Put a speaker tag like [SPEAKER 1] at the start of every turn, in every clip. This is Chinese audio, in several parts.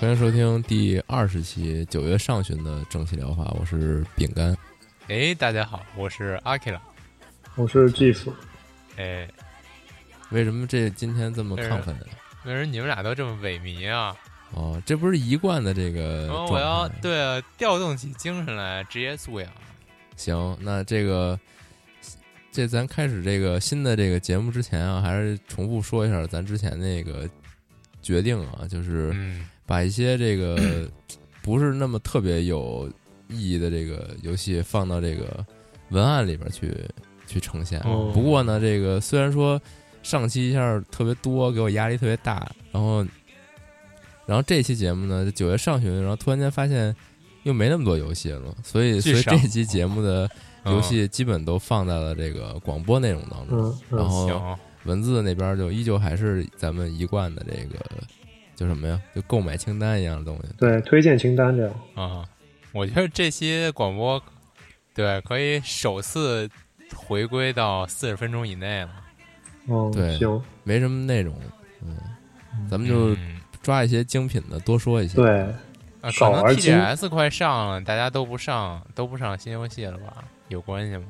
[SPEAKER 1] 欢迎收听第二十期九月上旬的蒸汽疗法，我是饼干。
[SPEAKER 2] 哎，大家好，我是阿 K 了。
[SPEAKER 3] 我是 Jeff，
[SPEAKER 2] 哎，
[SPEAKER 1] 为什么这今天这么亢奋？啊
[SPEAKER 2] 为什么你们俩都这么萎靡啊？
[SPEAKER 1] 哦，这不是一贯的这个
[SPEAKER 2] 然
[SPEAKER 1] 状
[SPEAKER 2] 后
[SPEAKER 1] 态。
[SPEAKER 2] 哦我要对啊调动起精神来，职业素养。
[SPEAKER 1] 行，那这个这咱开始这个新的这个节目之前啊，还是重复说一下咱之前那个决定啊，就是
[SPEAKER 2] 嗯，
[SPEAKER 1] 把一些这个不是那么特别有意义的这个游戏放到这个文案里边去去呈现。啊
[SPEAKER 3] 哦
[SPEAKER 1] 不过呢，这个虽然说上期一下特别多，给我压力特别大，然后然后这期节目呢，九月上旬，然后突然间发现又没那么多游戏了，所以所
[SPEAKER 2] 聚
[SPEAKER 1] 以
[SPEAKER 2] 少
[SPEAKER 1] 这期节目的游戏基本都放在了这个广播内容当中，
[SPEAKER 3] 嗯嗯，
[SPEAKER 1] 然后
[SPEAKER 2] 行，
[SPEAKER 1] 文字那边就依旧还是咱们一贯的这个叫什么呀？就购买清单一样的东西。
[SPEAKER 3] 对，推荐清单这样，
[SPEAKER 2] 啊、我觉得这期广播，对，可以首次回归到四十分钟以内了。
[SPEAKER 3] 哦，
[SPEAKER 1] 对
[SPEAKER 3] 行，
[SPEAKER 1] 没什么内容，嗯，咱们就
[SPEAKER 2] 嗯
[SPEAKER 1] 抓一些精品的多说一些。，
[SPEAKER 3] 对，
[SPEAKER 2] 啊，可
[SPEAKER 3] 少
[SPEAKER 2] 能
[SPEAKER 3] 玩精
[SPEAKER 2] TGS 快上了，大家都不上，都不上新游戏了吧？有关系吗？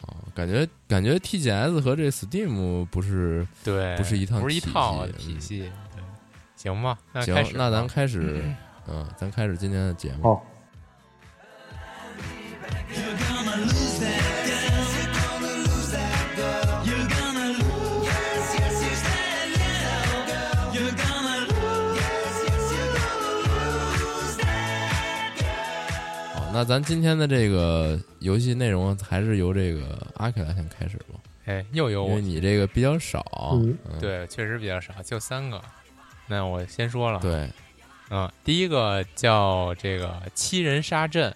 [SPEAKER 1] 哦，感觉感觉 TGS 和这 Steam 不是
[SPEAKER 2] 对，
[SPEAKER 1] 不是一趟
[SPEAKER 2] 不是一
[SPEAKER 1] 体
[SPEAKER 2] 套
[SPEAKER 1] 系
[SPEAKER 2] 体
[SPEAKER 1] 嗯
[SPEAKER 2] 系。对，行吧，那
[SPEAKER 1] 行
[SPEAKER 2] 开始，吧，
[SPEAKER 1] 那咱开始，嗯，咱开始今天的节目。
[SPEAKER 3] 好，
[SPEAKER 1] 好，那咱今天的这个游戏内容还是由这个阿凯拉先开始吧，
[SPEAKER 2] 哎，又有
[SPEAKER 1] 因
[SPEAKER 2] 我
[SPEAKER 1] 为，你这个比较少，
[SPEAKER 3] 嗯
[SPEAKER 1] 嗯，
[SPEAKER 2] 对，确实比较少，就三个。那我先说了，，
[SPEAKER 1] 对，
[SPEAKER 2] 嗯，第一个叫这个七人杀阵，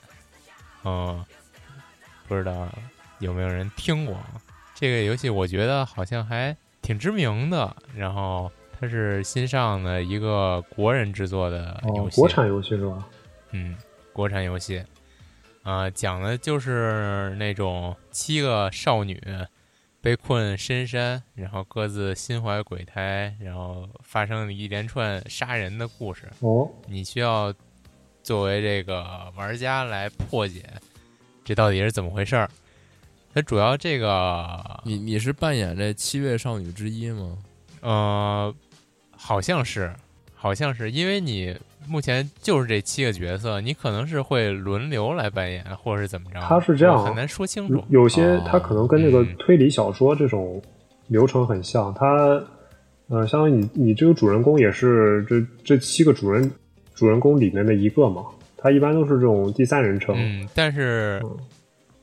[SPEAKER 2] 嗯，不知道有没有人听过啊这个游戏？我觉得好像还挺知名的。然后它是新上的一个国人制作的
[SPEAKER 3] 哦
[SPEAKER 2] 游，戏，
[SPEAKER 3] 国产游戏是吧？
[SPEAKER 2] 嗯，国产游戏，啊，讲的就是那种七个少女被困深山，然后各自心怀鬼胎，然后发生了一连串杀人的故事。
[SPEAKER 3] 哦，
[SPEAKER 2] 你需要作为这个玩家来破解这到底是怎么回事儿。它主要这个
[SPEAKER 1] 你你是扮演这七位少女之一吗？
[SPEAKER 2] 呃，好像是，好像是，因为你目前就是这七个角色，你可能是会轮流来扮演，或者是怎么着？
[SPEAKER 3] 它是这样啊
[SPEAKER 2] 我很难说清楚。
[SPEAKER 3] 有些
[SPEAKER 1] 哦
[SPEAKER 3] 它可能跟这个
[SPEAKER 2] 嗯
[SPEAKER 3] 推理小说这种流程很像，它呃，相当于你你这个主人公也是这这七个主人主人公里面的一个嘛，他一般都是这种第三人称，
[SPEAKER 2] 嗯，但是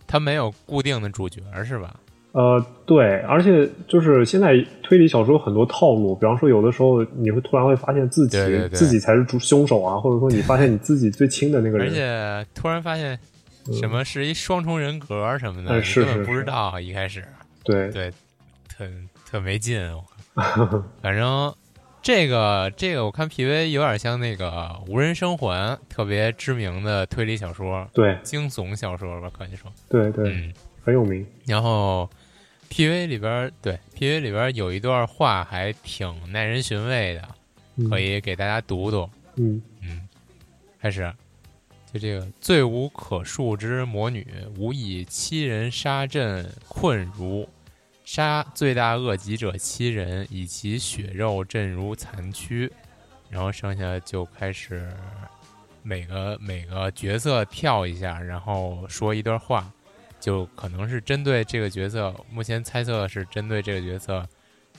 [SPEAKER 2] 它没有固定的主角，是吧？
[SPEAKER 3] 呃，对，而且就是现在推理小说很多套路，比方说有的时候你会突然会发现自己
[SPEAKER 2] 对对对
[SPEAKER 3] 自己才是主凶手啊，或者说你发现你自己最亲的那 个
[SPEAKER 2] 而
[SPEAKER 3] 人，
[SPEAKER 2] 且突然发现什么是一双重人格儿什么的，
[SPEAKER 3] 嗯哎是
[SPEAKER 2] 你根本
[SPEAKER 3] 是
[SPEAKER 2] 不知
[SPEAKER 3] 是
[SPEAKER 2] 道一开始。
[SPEAKER 3] 对，
[SPEAKER 2] 对，特特没劲，我靠反正这个这个我看 PV 有点像那个《无人生还》，特别知名的推理小说、
[SPEAKER 3] 对
[SPEAKER 2] 惊悚小说吧，可以说，
[SPEAKER 3] 对对，
[SPEAKER 2] 嗯。
[SPEAKER 3] 很有名，
[SPEAKER 2] 然后 PV 里边儿对 PV 里边儿有一段话还挺耐人寻味的，
[SPEAKER 3] 嗯
[SPEAKER 2] 可以给大家读读。
[SPEAKER 3] 嗯，
[SPEAKER 2] 嗯，开始，就这个罪无可恕之魔女，无以欺人杀阵困如，杀罪大恶极者七人，以其血肉阵如残躯。然后剩下就开始每个每个角色跳一下，然后说一段话，就可能是针对这个角色。目前猜测是针对这个角色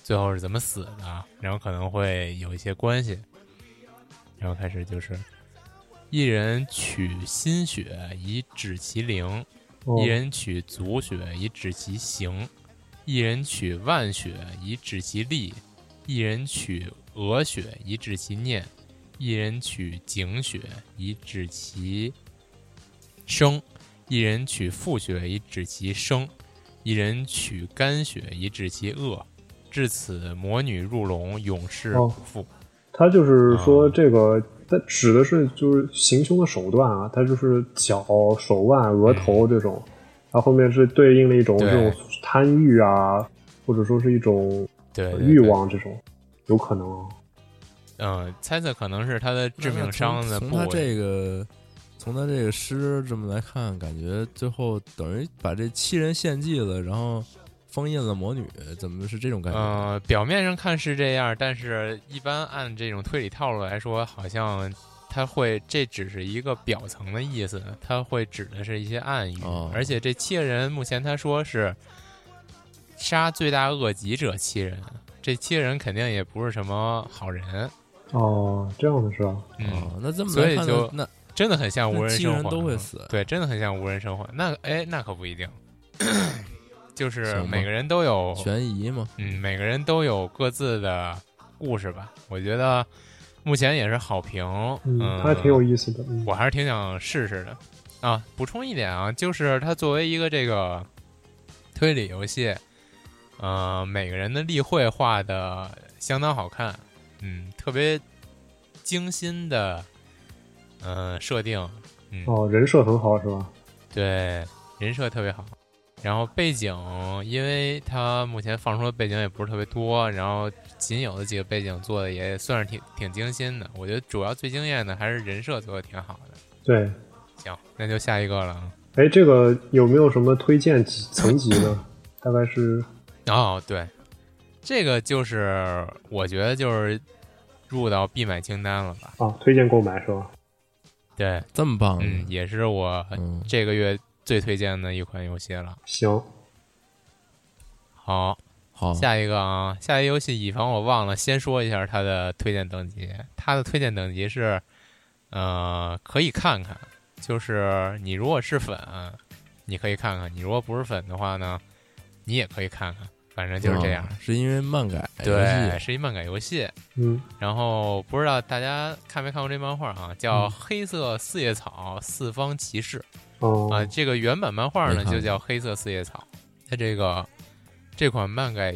[SPEAKER 2] 最后是怎么死的，然后可能会有一些关系。然后开始就是一人取心血以止其灵，
[SPEAKER 3] 哦
[SPEAKER 2] 一人取足血以止其形，一人取万血以止其力，一人取额血以止其念，一人取井血以止其生，一人取腹血以止其生，一人取肝血以止其恶。至此，魔女入笼，永世
[SPEAKER 3] 哦
[SPEAKER 2] 不复。
[SPEAKER 3] 他就是说
[SPEAKER 2] 嗯
[SPEAKER 3] 这个，他指的是就是行凶的手段啊，他就是脚、手腕、额
[SPEAKER 2] 嗯
[SPEAKER 3] 头这种，然后后面是对应了一种
[SPEAKER 2] 对
[SPEAKER 3] 这种贪欲啊，或者说是一种呃
[SPEAKER 2] 对对
[SPEAKER 3] 欲
[SPEAKER 2] 对
[SPEAKER 3] 望这种，有可能啊。
[SPEAKER 2] 嗯，猜测可能是他的致命伤的
[SPEAKER 1] 从
[SPEAKER 2] 部
[SPEAKER 1] 他
[SPEAKER 2] 位。
[SPEAKER 1] 这个，从他这个诗这么来看，感觉最后等于把这七人献祭了，然后封印了魔女，怎么是这种感觉？啊
[SPEAKER 2] 呃，表面上看是这样，但是一般按这种推理套路来说，好像它会这只是一个表层的意思，它会指的是一些暗语。
[SPEAKER 1] 哦
[SPEAKER 2] 而且这七个人目前他说是杀罪大恶极者七人，这七个人肯定也不是什么好人。
[SPEAKER 3] 哦，这样的是吧？
[SPEAKER 2] 嗯，
[SPEAKER 1] 哦，那这么
[SPEAKER 2] 所
[SPEAKER 1] 来
[SPEAKER 2] 以
[SPEAKER 1] 看
[SPEAKER 2] 就
[SPEAKER 1] 呢，那
[SPEAKER 2] 真的很像无
[SPEAKER 1] 那
[SPEAKER 2] 人
[SPEAKER 1] 七
[SPEAKER 2] 生
[SPEAKER 1] 人
[SPEAKER 2] 还。
[SPEAKER 1] 都会死。
[SPEAKER 2] 对，真的很像无人生还。那哎，那可 不一定，就是
[SPEAKER 1] 行吧
[SPEAKER 2] 每个人都有
[SPEAKER 1] 悬疑嘛，
[SPEAKER 2] 嗯，每个人都有各自的故事吧。我觉得目前也是好评，
[SPEAKER 3] 嗯，
[SPEAKER 2] 嗯，
[SPEAKER 3] 他还挺有意思的。嗯
[SPEAKER 2] 我还是挺想试试的啊。补充一点啊，就是它作为一个这个推理游戏，呃，每个人的例会画的相当好看，嗯，特别精心的，呃，设定，嗯，
[SPEAKER 3] 哦，人设很好是吧？
[SPEAKER 2] 对，人设特别好。然后背景，因为它目前放出的背景也不是特别多，然后仅有的几个背景做的也算是挺挺精心的。我觉得主要最惊艳的还是人设做的挺好的。
[SPEAKER 3] 对，
[SPEAKER 2] 行，那就下一个了啊。
[SPEAKER 3] 哎，这个有没有什么推荐几层级呢？大概是
[SPEAKER 2] 哦，对，这个就是我觉得就是入到必买清单了吧？
[SPEAKER 3] 啊，推荐购买是吧？
[SPEAKER 2] 对，
[SPEAKER 1] 这么棒，
[SPEAKER 2] 嗯，也是我
[SPEAKER 1] 嗯
[SPEAKER 2] 这个月最推荐的一款游戏了。
[SPEAKER 3] 行，
[SPEAKER 2] 好，
[SPEAKER 1] 好，
[SPEAKER 2] 下一个啊，下一个游戏，以防我忘了，先说一下它的推荐等级。它的推荐等级是，呃，可以看看，就是你如果是粉，你可以看看；你如果不是粉的话呢，你也可以看看。反正就是这样
[SPEAKER 1] 哦。是因为漫改
[SPEAKER 2] 对，
[SPEAKER 1] 游戏
[SPEAKER 2] 嗯哎是一漫改游戏。
[SPEAKER 3] 嗯，
[SPEAKER 2] 然后不知道大家看没看过这漫画啊，叫《黑色四叶草四方骑士》。
[SPEAKER 3] 哦，
[SPEAKER 2] 啊，这个原版漫画
[SPEAKER 1] 没
[SPEAKER 2] 呢
[SPEAKER 1] 看
[SPEAKER 2] 就
[SPEAKER 1] 过
[SPEAKER 2] 叫《黑色四叶草》，它这个这款漫改，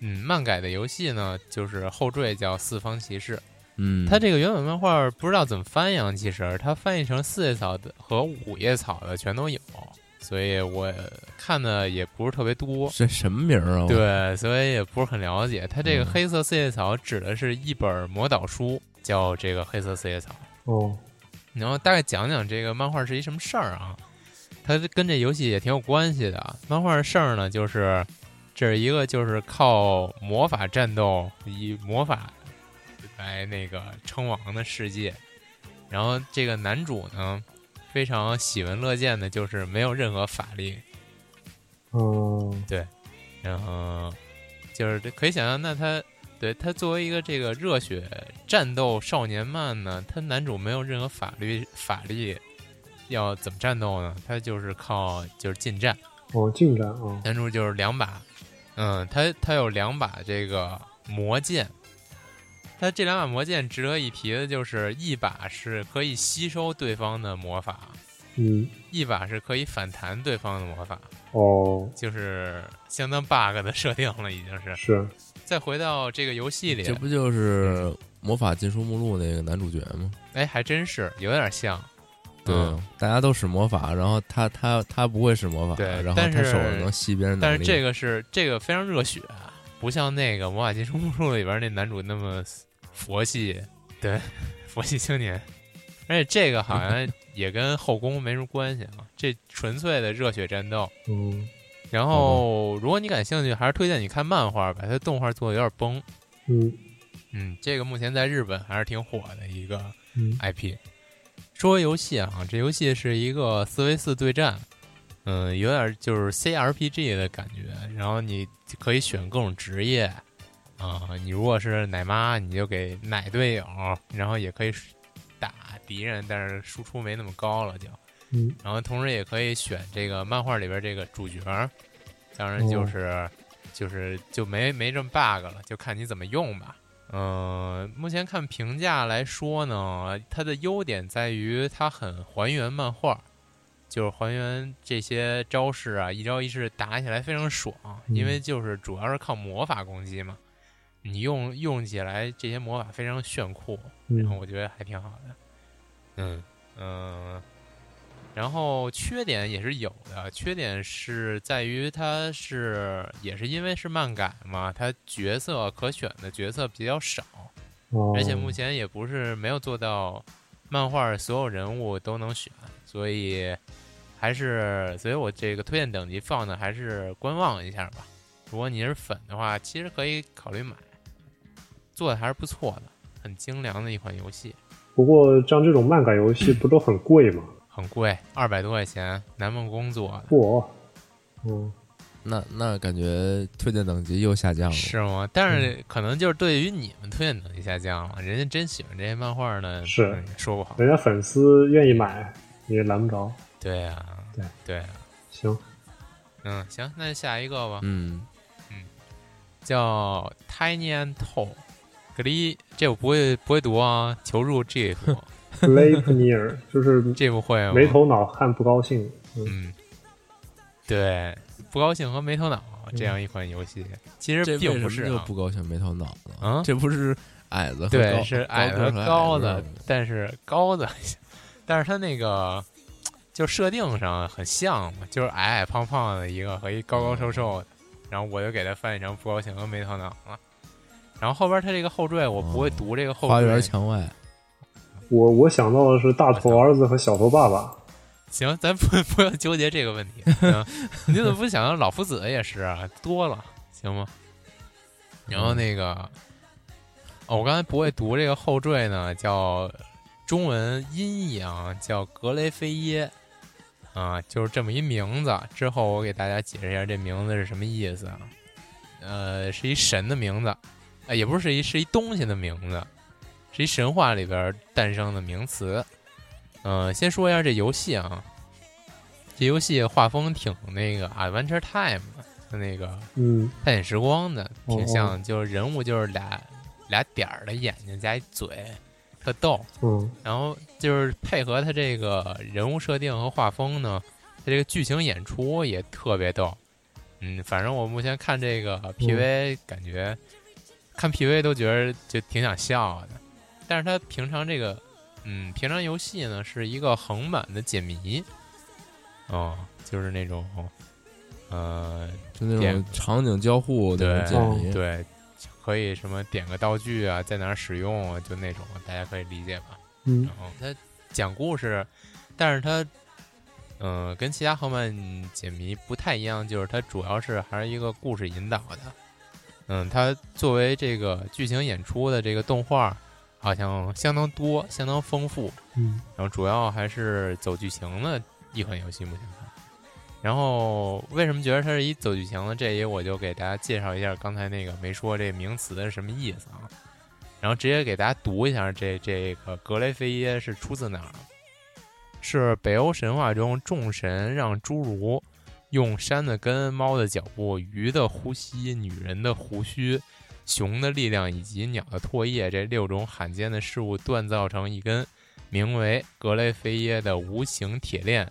[SPEAKER 2] 嗯，漫改的游戏呢，就是后缀叫《四方骑士》。
[SPEAKER 1] 嗯，
[SPEAKER 2] 它这个原版漫画不知道怎么翻译啊，其实它翻译成四叶草的和五叶草的全都有，所以我看的也不是特别多。
[SPEAKER 1] 这什么名儿啊？，
[SPEAKER 2] 对，所以也不是很了解。它这个
[SPEAKER 1] 嗯
[SPEAKER 2] 黑色四叶草指的是一本魔导书，叫这个黑色四叶草。
[SPEAKER 3] 哦，
[SPEAKER 2] 然后大概讲讲这个漫画是一什么事儿啊？它跟这游戏也挺有关系的。漫画的事儿呢，就是这是一个就是靠魔法战斗，以魔法来那个称王的世界。然后这个男主呢，非常喜闻乐见的，就是没有任何法力，
[SPEAKER 3] 嗯，
[SPEAKER 2] 然后就是可以想象，那他对他作为一个这个热血战斗少年漫呢，他男主没有任何法律法力，要怎么战斗呢？他就是靠就是近战，
[SPEAKER 3] 哦，进展啊，
[SPEAKER 2] 男主就是两把，嗯，他他有两把这个呃魔剑。他这两把魔剑值得一提的就是，一把是可以吸收对方的魔法，
[SPEAKER 3] 嗯，
[SPEAKER 2] 一把是可以反弹对方的魔法，
[SPEAKER 3] 哦，
[SPEAKER 2] 就是相当 bug 的设定了，已经是。
[SPEAKER 3] 是，
[SPEAKER 2] 再回到这个游戏里
[SPEAKER 1] 这，不就是《魔法禁书目录》那个男主角吗？
[SPEAKER 2] 哎，还真是有点像。
[SPEAKER 1] 对
[SPEAKER 2] 嗯，
[SPEAKER 1] 大家都使魔法，然后他他他不会使魔法，
[SPEAKER 2] 对
[SPEAKER 1] 然后
[SPEAKER 2] 但
[SPEAKER 1] 他手
[SPEAKER 2] 是
[SPEAKER 1] 上能吸别人能
[SPEAKER 2] 但
[SPEAKER 1] 力。
[SPEAKER 2] 是这个是这个非常热血，啊不像那个《魔法禁书目录》里边那男主那 么佛系，对，佛系青年。而且这个好像也跟后宫没什么关系啊，这纯粹的热血战斗。
[SPEAKER 3] 嗯，
[SPEAKER 2] 然后，如果你感兴趣，还是推荐你看漫画吧，它动画做的有点崩。
[SPEAKER 3] 嗯
[SPEAKER 2] 嗯，这个目前在日本还是挺火的一个
[SPEAKER 3] 嗯
[SPEAKER 2] IP。说回游戏啊，这游戏是一个四 v 四对战，嗯，有点就是 CRPG 的感觉。然后你可以选各种职业啊、你如果是奶妈，你就给奶队友，然后也可以打敌人，但是输出没那么高了就。
[SPEAKER 3] 嗯
[SPEAKER 2] 然后同时也可以选这个漫画里边这个主角儿，当然就是、就是就没没这么 bug 了，就看你怎么用吧。嗯、目前看评价来说呢，它的优点在于它很还原漫画，就是还原这些招式啊，一招一式打起来非常爽，因为就是主要是靠魔法攻击嘛，你用用起来这些魔法非常炫酷，然后
[SPEAKER 3] 嗯
[SPEAKER 2] 我觉得还挺好的。嗯嗯、呃然后缺点也是有的，缺点是在于它是也是因为是漫改嘛，它角色可选的角色比较少，
[SPEAKER 3] 哦，
[SPEAKER 2] 而且目前也不是没有做到漫画所有人物都能选，所以还是所以我这个推荐等级放的还是观望一下吧。如果你是粉的话，其实可以考虑买，做的还是不错的，很精良的一款游戏。
[SPEAKER 3] 不过像这种漫改游戏不都很贵吗？
[SPEAKER 2] 很贵，二百多块钱，南梦宫做的，
[SPEAKER 3] 不，哦嗯，
[SPEAKER 1] 那那感觉推荐等级又下降了。
[SPEAKER 2] 是啊吗？但
[SPEAKER 3] 嗯
[SPEAKER 2] 是可能就是对于你们推荐等级下降了，人家真喜欢这些漫画呢，
[SPEAKER 3] 是
[SPEAKER 2] 嗯也说不好。
[SPEAKER 3] 人家粉丝愿意买，你也拦不着。
[SPEAKER 2] 对啊，
[SPEAKER 3] 对
[SPEAKER 2] 对啊，
[SPEAKER 3] 行，
[SPEAKER 2] 嗯，行，那就下一个吧，
[SPEAKER 1] 嗯，
[SPEAKER 2] 叫 Tiny and Tall，格里，这我不会不会读啊，求助 Jeff，
[SPEAKER 3] l a p n e a r 就是
[SPEAKER 2] 这不会吗？
[SPEAKER 3] 没头脑和不高兴。嗯
[SPEAKER 2] 嗯，对，不高兴和没头脑
[SPEAKER 3] 嗯
[SPEAKER 2] 这样一款游戏，其实
[SPEAKER 1] 这
[SPEAKER 2] 并
[SPEAKER 1] 不
[SPEAKER 2] 不是
[SPEAKER 1] 就
[SPEAKER 2] 啊，
[SPEAKER 1] 不高兴没头脑呢？
[SPEAKER 2] 啊
[SPEAKER 1] 这不是矮子和
[SPEAKER 2] 对，
[SPEAKER 1] 高
[SPEAKER 2] 是矮
[SPEAKER 1] 个
[SPEAKER 2] 的
[SPEAKER 1] 儿和
[SPEAKER 2] 高
[SPEAKER 1] 矮
[SPEAKER 2] 的
[SPEAKER 1] 子，
[SPEAKER 2] 但是高的，但是它那个就设定上很像嘛，就是矮矮胖胖的一个和一高高瘦瘦的，然后我就给它翻译成不高兴和没头脑了。然后后边它这个后缀我不会读这个后
[SPEAKER 1] 花园
[SPEAKER 2] 缀，
[SPEAKER 1] 墙外，
[SPEAKER 3] 我我想到的是大头儿子和小头爸爸。
[SPEAKER 2] 行，咱不 不要纠结这个问题。行你怎么不想到老夫子也是啊？多了，行吗？然后那个，哦，我刚才不会读这个后缀呢，叫中文音译啊，叫格雷菲耶啊，就是这么一名字。之后我给大家解释一下这名字是什么意思啊。呃，是一神的名字，呃，也不是一是一东西的名字，是一神话里边诞生的名词。呃，先说一下这游戏啊，这游戏画风挺那个《Adventure Time》的，就那个
[SPEAKER 3] 嗯
[SPEAKER 2] 探险时光的，
[SPEAKER 3] 哦
[SPEAKER 2] 挺像，就是人物就是俩俩点儿的眼睛加一嘴，特逗。
[SPEAKER 3] 嗯
[SPEAKER 2] 然后就是配合它这个人物设定和画风呢，它这个剧情演出也特别逗。嗯，反正我目前看这个 PV，、感觉看 PV 都觉得就挺想笑的。但是它平常这个，嗯，平常游戏呢是一个横版的解谜，哦，就是那种，呃，
[SPEAKER 1] 就那
[SPEAKER 2] 点
[SPEAKER 1] 种场景交互那
[SPEAKER 2] 对嗯
[SPEAKER 1] 种解谜。
[SPEAKER 2] 对，可以什么点个道具啊，在哪儿使用啊，就那种，大家可以理解吧。
[SPEAKER 3] 嗯
[SPEAKER 2] 然后他讲故事，但是他，嗯、跟其他横版解谜不太一样，就是它主要是还是一个故事引导的。嗯，它作为这个剧情演出的这个动画，好像相当多，相当丰富。
[SPEAKER 3] 嗯
[SPEAKER 2] 然后主要还是走剧情的一款游戏，目前看。然后为什么觉得它是一走剧情呢？这里我就给大家介绍一下刚才那个没说这名词是什么意思啊，然后直接给大家读一下这这个格雷菲耶是出自哪儿？啊是北欧神话中众神让侏儒用山的根、猫的脚步、鱼的呼吸、女人的胡须、熊的力量以及鸟的唾液这六种罕见的事物锻造成一根名为格雷菲耶的无形铁链，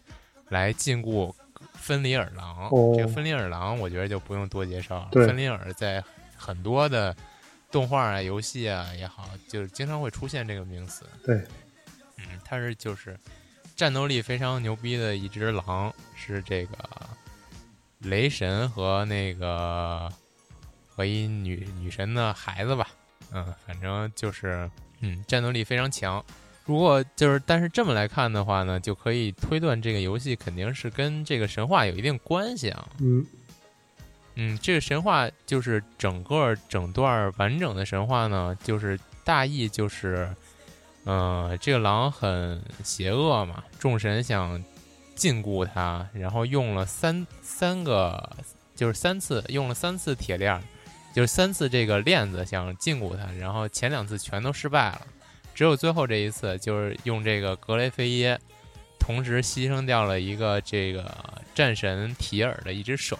[SPEAKER 2] 来禁锢芬里尔狼。
[SPEAKER 3] 哦
[SPEAKER 2] 这个芬里尔狼，我觉得就不用多介绍了。
[SPEAKER 3] 对
[SPEAKER 2] 芬里尔在很多的动画啊、游戏啊也好，就是经常会出现这个名词。
[SPEAKER 3] 对，
[SPEAKER 2] 嗯，它是就是战斗力非常牛逼的一只狼，是这个雷神和那个和一女女神的孩子吧。嗯，反正就是嗯，战斗力非常强。如果就是，但是这么来看的话呢，就可以推断这个游戏肯定是跟这个神话有一定关系啊。
[SPEAKER 3] 嗯，
[SPEAKER 2] 嗯，这个神话就是整个整段完整的神话呢，就是大意就是，呃，这个狼很邪恶嘛，众神想禁锢他，然后用了三三个，就是三次用了三次铁链儿，就是三次这个链子想禁锢他，然后前两次全都失败了，只有最后这一次就是用这个格雷菲耶，同时牺牲掉了一个这个战神提尔的一只手。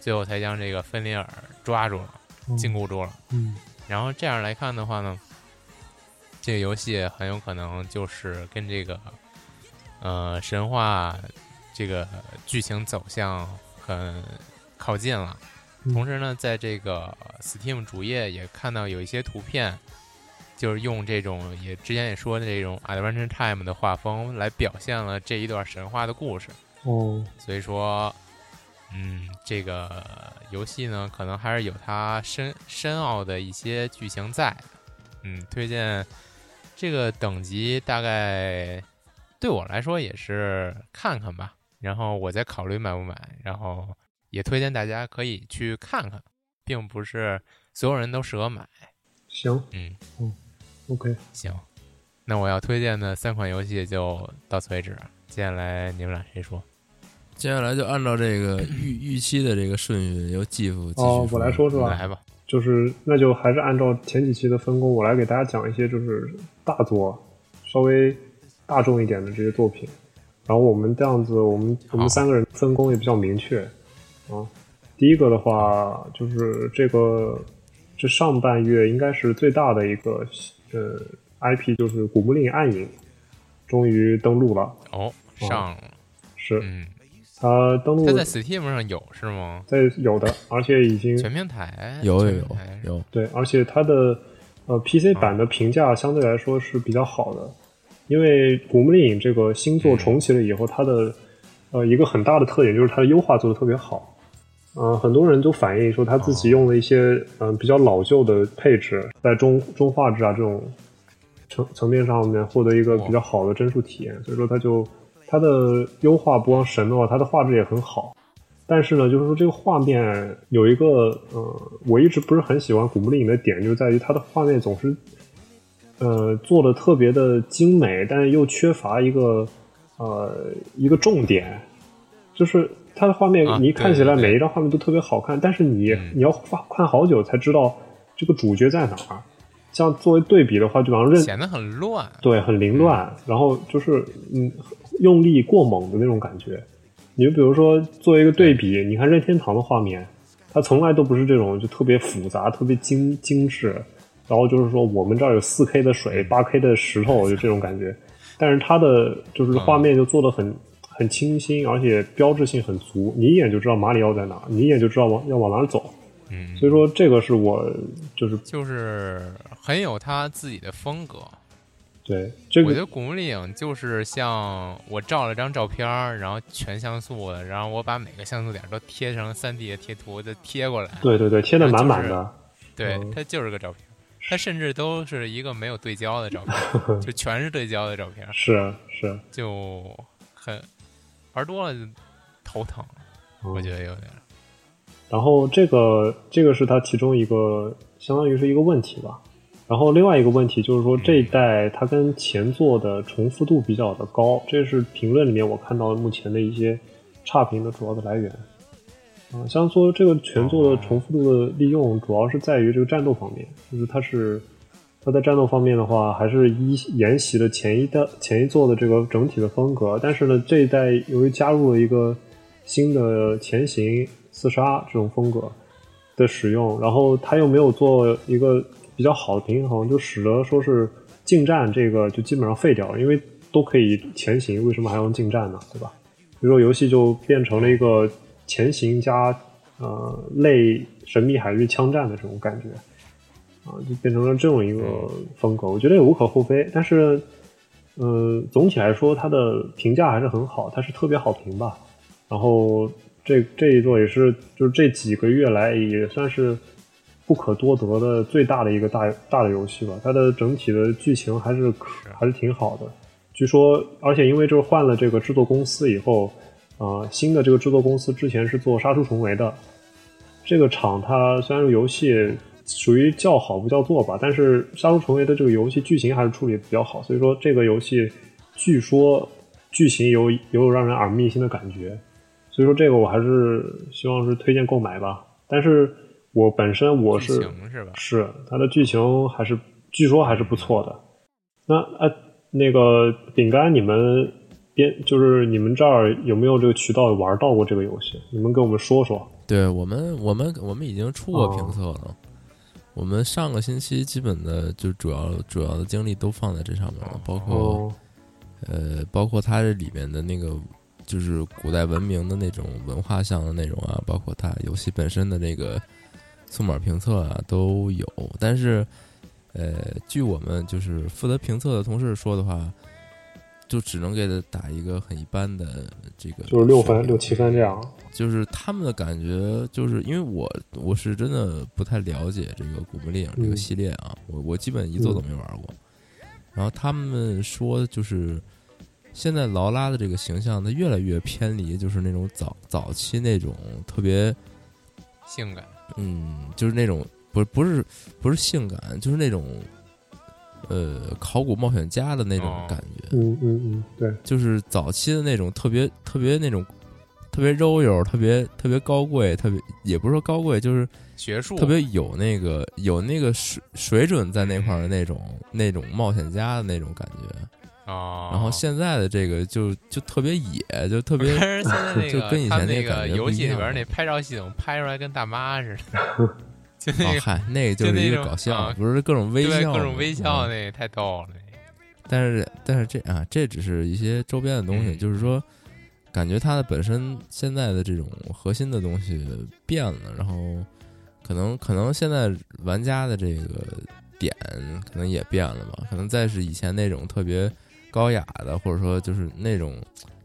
[SPEAKER 2] 最后才将这个芬林尔抓住了，禁锢住了。
[SPEAKER 3] 嗯
[SPEAKER 2] 然后这样来看的话呢，这个游戏很有可能就是跟这个呃神话这个剧情走向很靠近了。
[SPEAKER 3] 嗯
[SPEAKER 2] 同时呢，在这个 Steam 主页也看到有一些图片，就是用这种也之前也说的这种 Adventure Time 的画风来表现了这一段神话的故事。
[SPEAKER 3] 哦，
[SPEAKER 2] 所以说，嗯，这个游戏呢，可能还是有它深深奥的一些剧情在的。嗯，推荐这个等级大概对我来说也是看看吧，然后我再考虑买不买，然后也推荐大家可以去看看，并不是所有人都适合买。
[SPEAKER 3] 行哦
[SPEAKER 2] 嗯，
[SPEAKER 3] ，OK，
[SPEAKER 2] 行，那我要推荐的三款游戏就到此为止，接下来你们俩谁说？
[SPEAKER 1] 接下来就按照这个预预期的这个顺序，由继父继续
[SPEAKER 3] 哦，我来说是吧？
[SPEAKER 2] 来吧。
[SPEAKER 3] 就是那就还是按照前几期的分工，我来给大家讲一些就是大作，稍微大众一点的这些作品。然后我们这样子，我们我们三个人分工也比较明确啊。第一个的话，就是这个这上半月应该是最大的一个呃 IP，就是《古墓丽影：暗影》终于登陆了，
[SPEAKER 2] 哦，
[SPEAKER 3] 哦
[SPEAKER 2] 上了，
[SPEAKER 3] 是
[SPEAKER 2] 嗯，
[SPEAKER 3] 它登陆
[SPEAKER 2] 它在 Steam 上有是吗？
[SPEAKER 3] 在有的，而且已经
[SPEAKER 2] 全平台
[SPEAKER 1] 有有
[SPEAKER 2] 全
[SPEAKER 1] 有
[SPEAKER 2] 平台
[SPEAKER 1] 有，
[SPEAKER 3] 对，而且它的呃 PC 版的评价相对来说是比较好的，因为《古墓丽影》这个新作重启了以后，它的呃一个很大的特点就是它的优化做的特别好。嗯、很多人都反映说他自己用了一些嗯、呃比较老旧的配置，在中中画质啊这种层层面上面获得一个比较好的帧数体验，所以说它就它的优化不光神的话，它的画质也很好。但是呢，就是说这个画面有一个呃，我一直不是很喜欢古墓丽影的点，就在于它的画面总是呃做的特别的精美，但是又缺乏一个呃一个重点，就是它的画面
[SPEAKER 2] 啊
[SPEAKER 3] 你看起来
[SPEAKER 2] 对对
[SPEAKER 3] 每一张画面都特别好看，但是你
[SPEAKER 2] 嗯
[SPEAKER 3] 你要花看好久才知道这个主角在哪儿。这样作为对比的话，就好像认
[SPEAKER 2] 显得很乱，
[SPEAKER 3] 对，很凌乱，然后就是嗯，用力过猛的那种感觉。你就比如说做一个对比，你看任天堂的画面，它从来都不是这种就特别复杂、特别精精致，然后就是说我们这儿有四 K 的
[SPEAKER 2] 嗯
[SPEAKER 3] 水、八 K 的石头，就这种感觉。但是它的就是画面就做的很很清新，而且标志性很足，你一眼就知道马里奥在哪儿，你一眼就知道往要往哪儿走。
[SPEAKER 2] 嗯，
[SPEAKER 3] 所以说这个是我就是
[SPEAKER 2] 就是很有他自己的风格。
[SPEAKER 3] 对这
[SPEAKER 2] 我
[SPEAKER 3] 个
[SPEAKER 2] 觉得《古墓丽影》就是像我照了张照片儿，然后全像素的，然后我把每个像素点儿都贴成三 D 的贴图，再贴过来。
[SPEAKER 3] 对对对贴的满满的。
[SPEAKER 2] 就是对，
[SPEAKER 3] 嗯
[SPEAKER 2] 它就是个照片儿，它甚至都是一个没有对焦的照片儿， 就全是对焦的照片儿，
[SPEAKER 3] 是是，
[SPEAKER 2] 就很玩多了就头疼，我
[SPEAKER 3] 嗯
[SPEAKER 2] 觉得有点儿。
[SPEAKER 3] 然后这个这个是它其中一个相当于是一个问题吧。然后另外一个问题就是说这一代它跟前作的重复度比较的高，这是评论里面我看到目前的一些差评的主要的来源。啊、像说这个全作的重复度的利用，主要是在于这个战斗方面，就是它是它在战斗方面的话，还是依沿袭了前一代前一作的这个整体的风格，但是呢，这一代由于加入了一个新的前行刺杀这种风格的使用，然后它又没有做一个比较好的平衡，就使得说是近战这个就基本上废掉了，因为都可以前行，为什么还要用近战呢？对吧？比如说游戏就变成了一个前行加呃类神秘海域枪战的这种感觉。啊，就变成了这种一个风格，我觉得也无可厚非。但是，呃，总体来说，它的评价还是很好，它是特别好评吧。然后这这一座也是，就是这几个月来也算是不可多得的最大的一个大大的游戏吧。它的整体的剧情还是可还是挺好的。据说，而且因为就是换了这个制作公司以后，啊、新的这个制作公司之前是做《杀出重围》的，这个厂它虽然是游戏属于叫好不叫座吧，但是《杀出重围》的这个游戏剧情还是处理得比较好，所以说这个游戏据说剧情有有让人耳目一新的感觉，所以说这个我还是希望是推荐购买吧。但是我本身我
[SPEAKER 2] 剧
[SPEAKER 3] 是
[SPEAKER 2] 情是吧？
[SPEAKER 3] 是它的剧情还是据说还是不错的。那呃，那个饼干，你们边就是你们这儿有没有这个渠道玩到过这个游戏？你们跟我们说说。
[SPEAKER 1] 对我们，我们我们已经出过
[SPEAKER 2] 哦
[SPEAKER 1] 评测了。我们上个星期基本的就主要主要的精力都放在这上面了，包括、
[SPEAKER 3] 哦，
[SPEAKER 1] 呃，包括它这里面的那个就是古代文明的那种文化上的内容啊，包括它游戏本身的那个数码评测啊都有。但是，呃，据我们就是负责评测的同事说的话，就只能给它打一个很一般的这个，
[SPEAKER 3] 就是六分、六七分这样。
[SPEAKER 1] 就是他们的感觉，就是因为我我是真的不太了解这个《古墓丽影》这个系列啊，我我基本一座都没玩过。然后他们说，就是现在劳拉的这个形象，它越来越偏离就是那种早早期那种特别
[SPEAKER 2] 性感，
[SPEAKER 1] 嗯，就是那种不是不是不是性感，就是那种呃考古冒险家的那种
[SPEAKER 2] 哦
[SPEAKER 1] 感觉。
[SPEAKER 3] 嗯嗯嗯，对，
[SPEAKER 1] 就是早期的那种特别特别那种特别柔柔、特别特别高贵、特别也不是说高贵，就是
[SPEAKER 2] 学术
[SPEAKER 1] 特别有那个有那个水水准在那块儿的那种那种冒险家的那种感觉。
[SPEAKER 2] 啊。
[SPEAKER 1] 然后现在的这个就就特别野，就特别
[SPEAKER 2] 但是现在那
[SPEAKER 1] 就
[SPEAKER 2] 个
[SPEAKER 1] 跟以前
[SPEAKER 2] 他们
[SPEAKER 1] 那
[SPEAKER 2] 那
[SPEAKER 1] 感
[SPEAKER 2] 个
[SPEAKER 1] 觉不
[SPEAKER 2] 游
[SPEAKER 1] 一
[SPEAKER 2] 戏里
[SPEAKER 1] 样
[SPEAKER 2] 边
[SPEAKER 1] 了
[SPEAKER 2] 那拍照系统拍出来跟大妈似的， 就
[SPEAKER 1] 哦
[SPEAKER 2] 那个
[SPEAKER 1] 嗨，那个就是
[SPEAKER 2] 就那
[SPEAKER 1] 一个
[SPEAKER 2] 种
[SPEAKER 1] 搞笑，
[SPEAKER 2] 啊
[SPEAKER 1] 不是各种微
[SPEAKER 2] 对
[SPEAKER 1] 笑，
[SPEAKER 2] 各种微笑
[SPEAKER 1] 嗯
[SPEAKER 2] 那个太逗了。
[SPEAKER 1] 但是但是这啊，这只是一些周边的东西，
[SPEAKER 2] 嗯
[SPEAKER 1] 就是说，感觉它的本身现在的这种核心的东西变了，然后可能可能现在玩家的这个点可能也变了吧，可能再是以前那种特别高雅的，或者说就是那种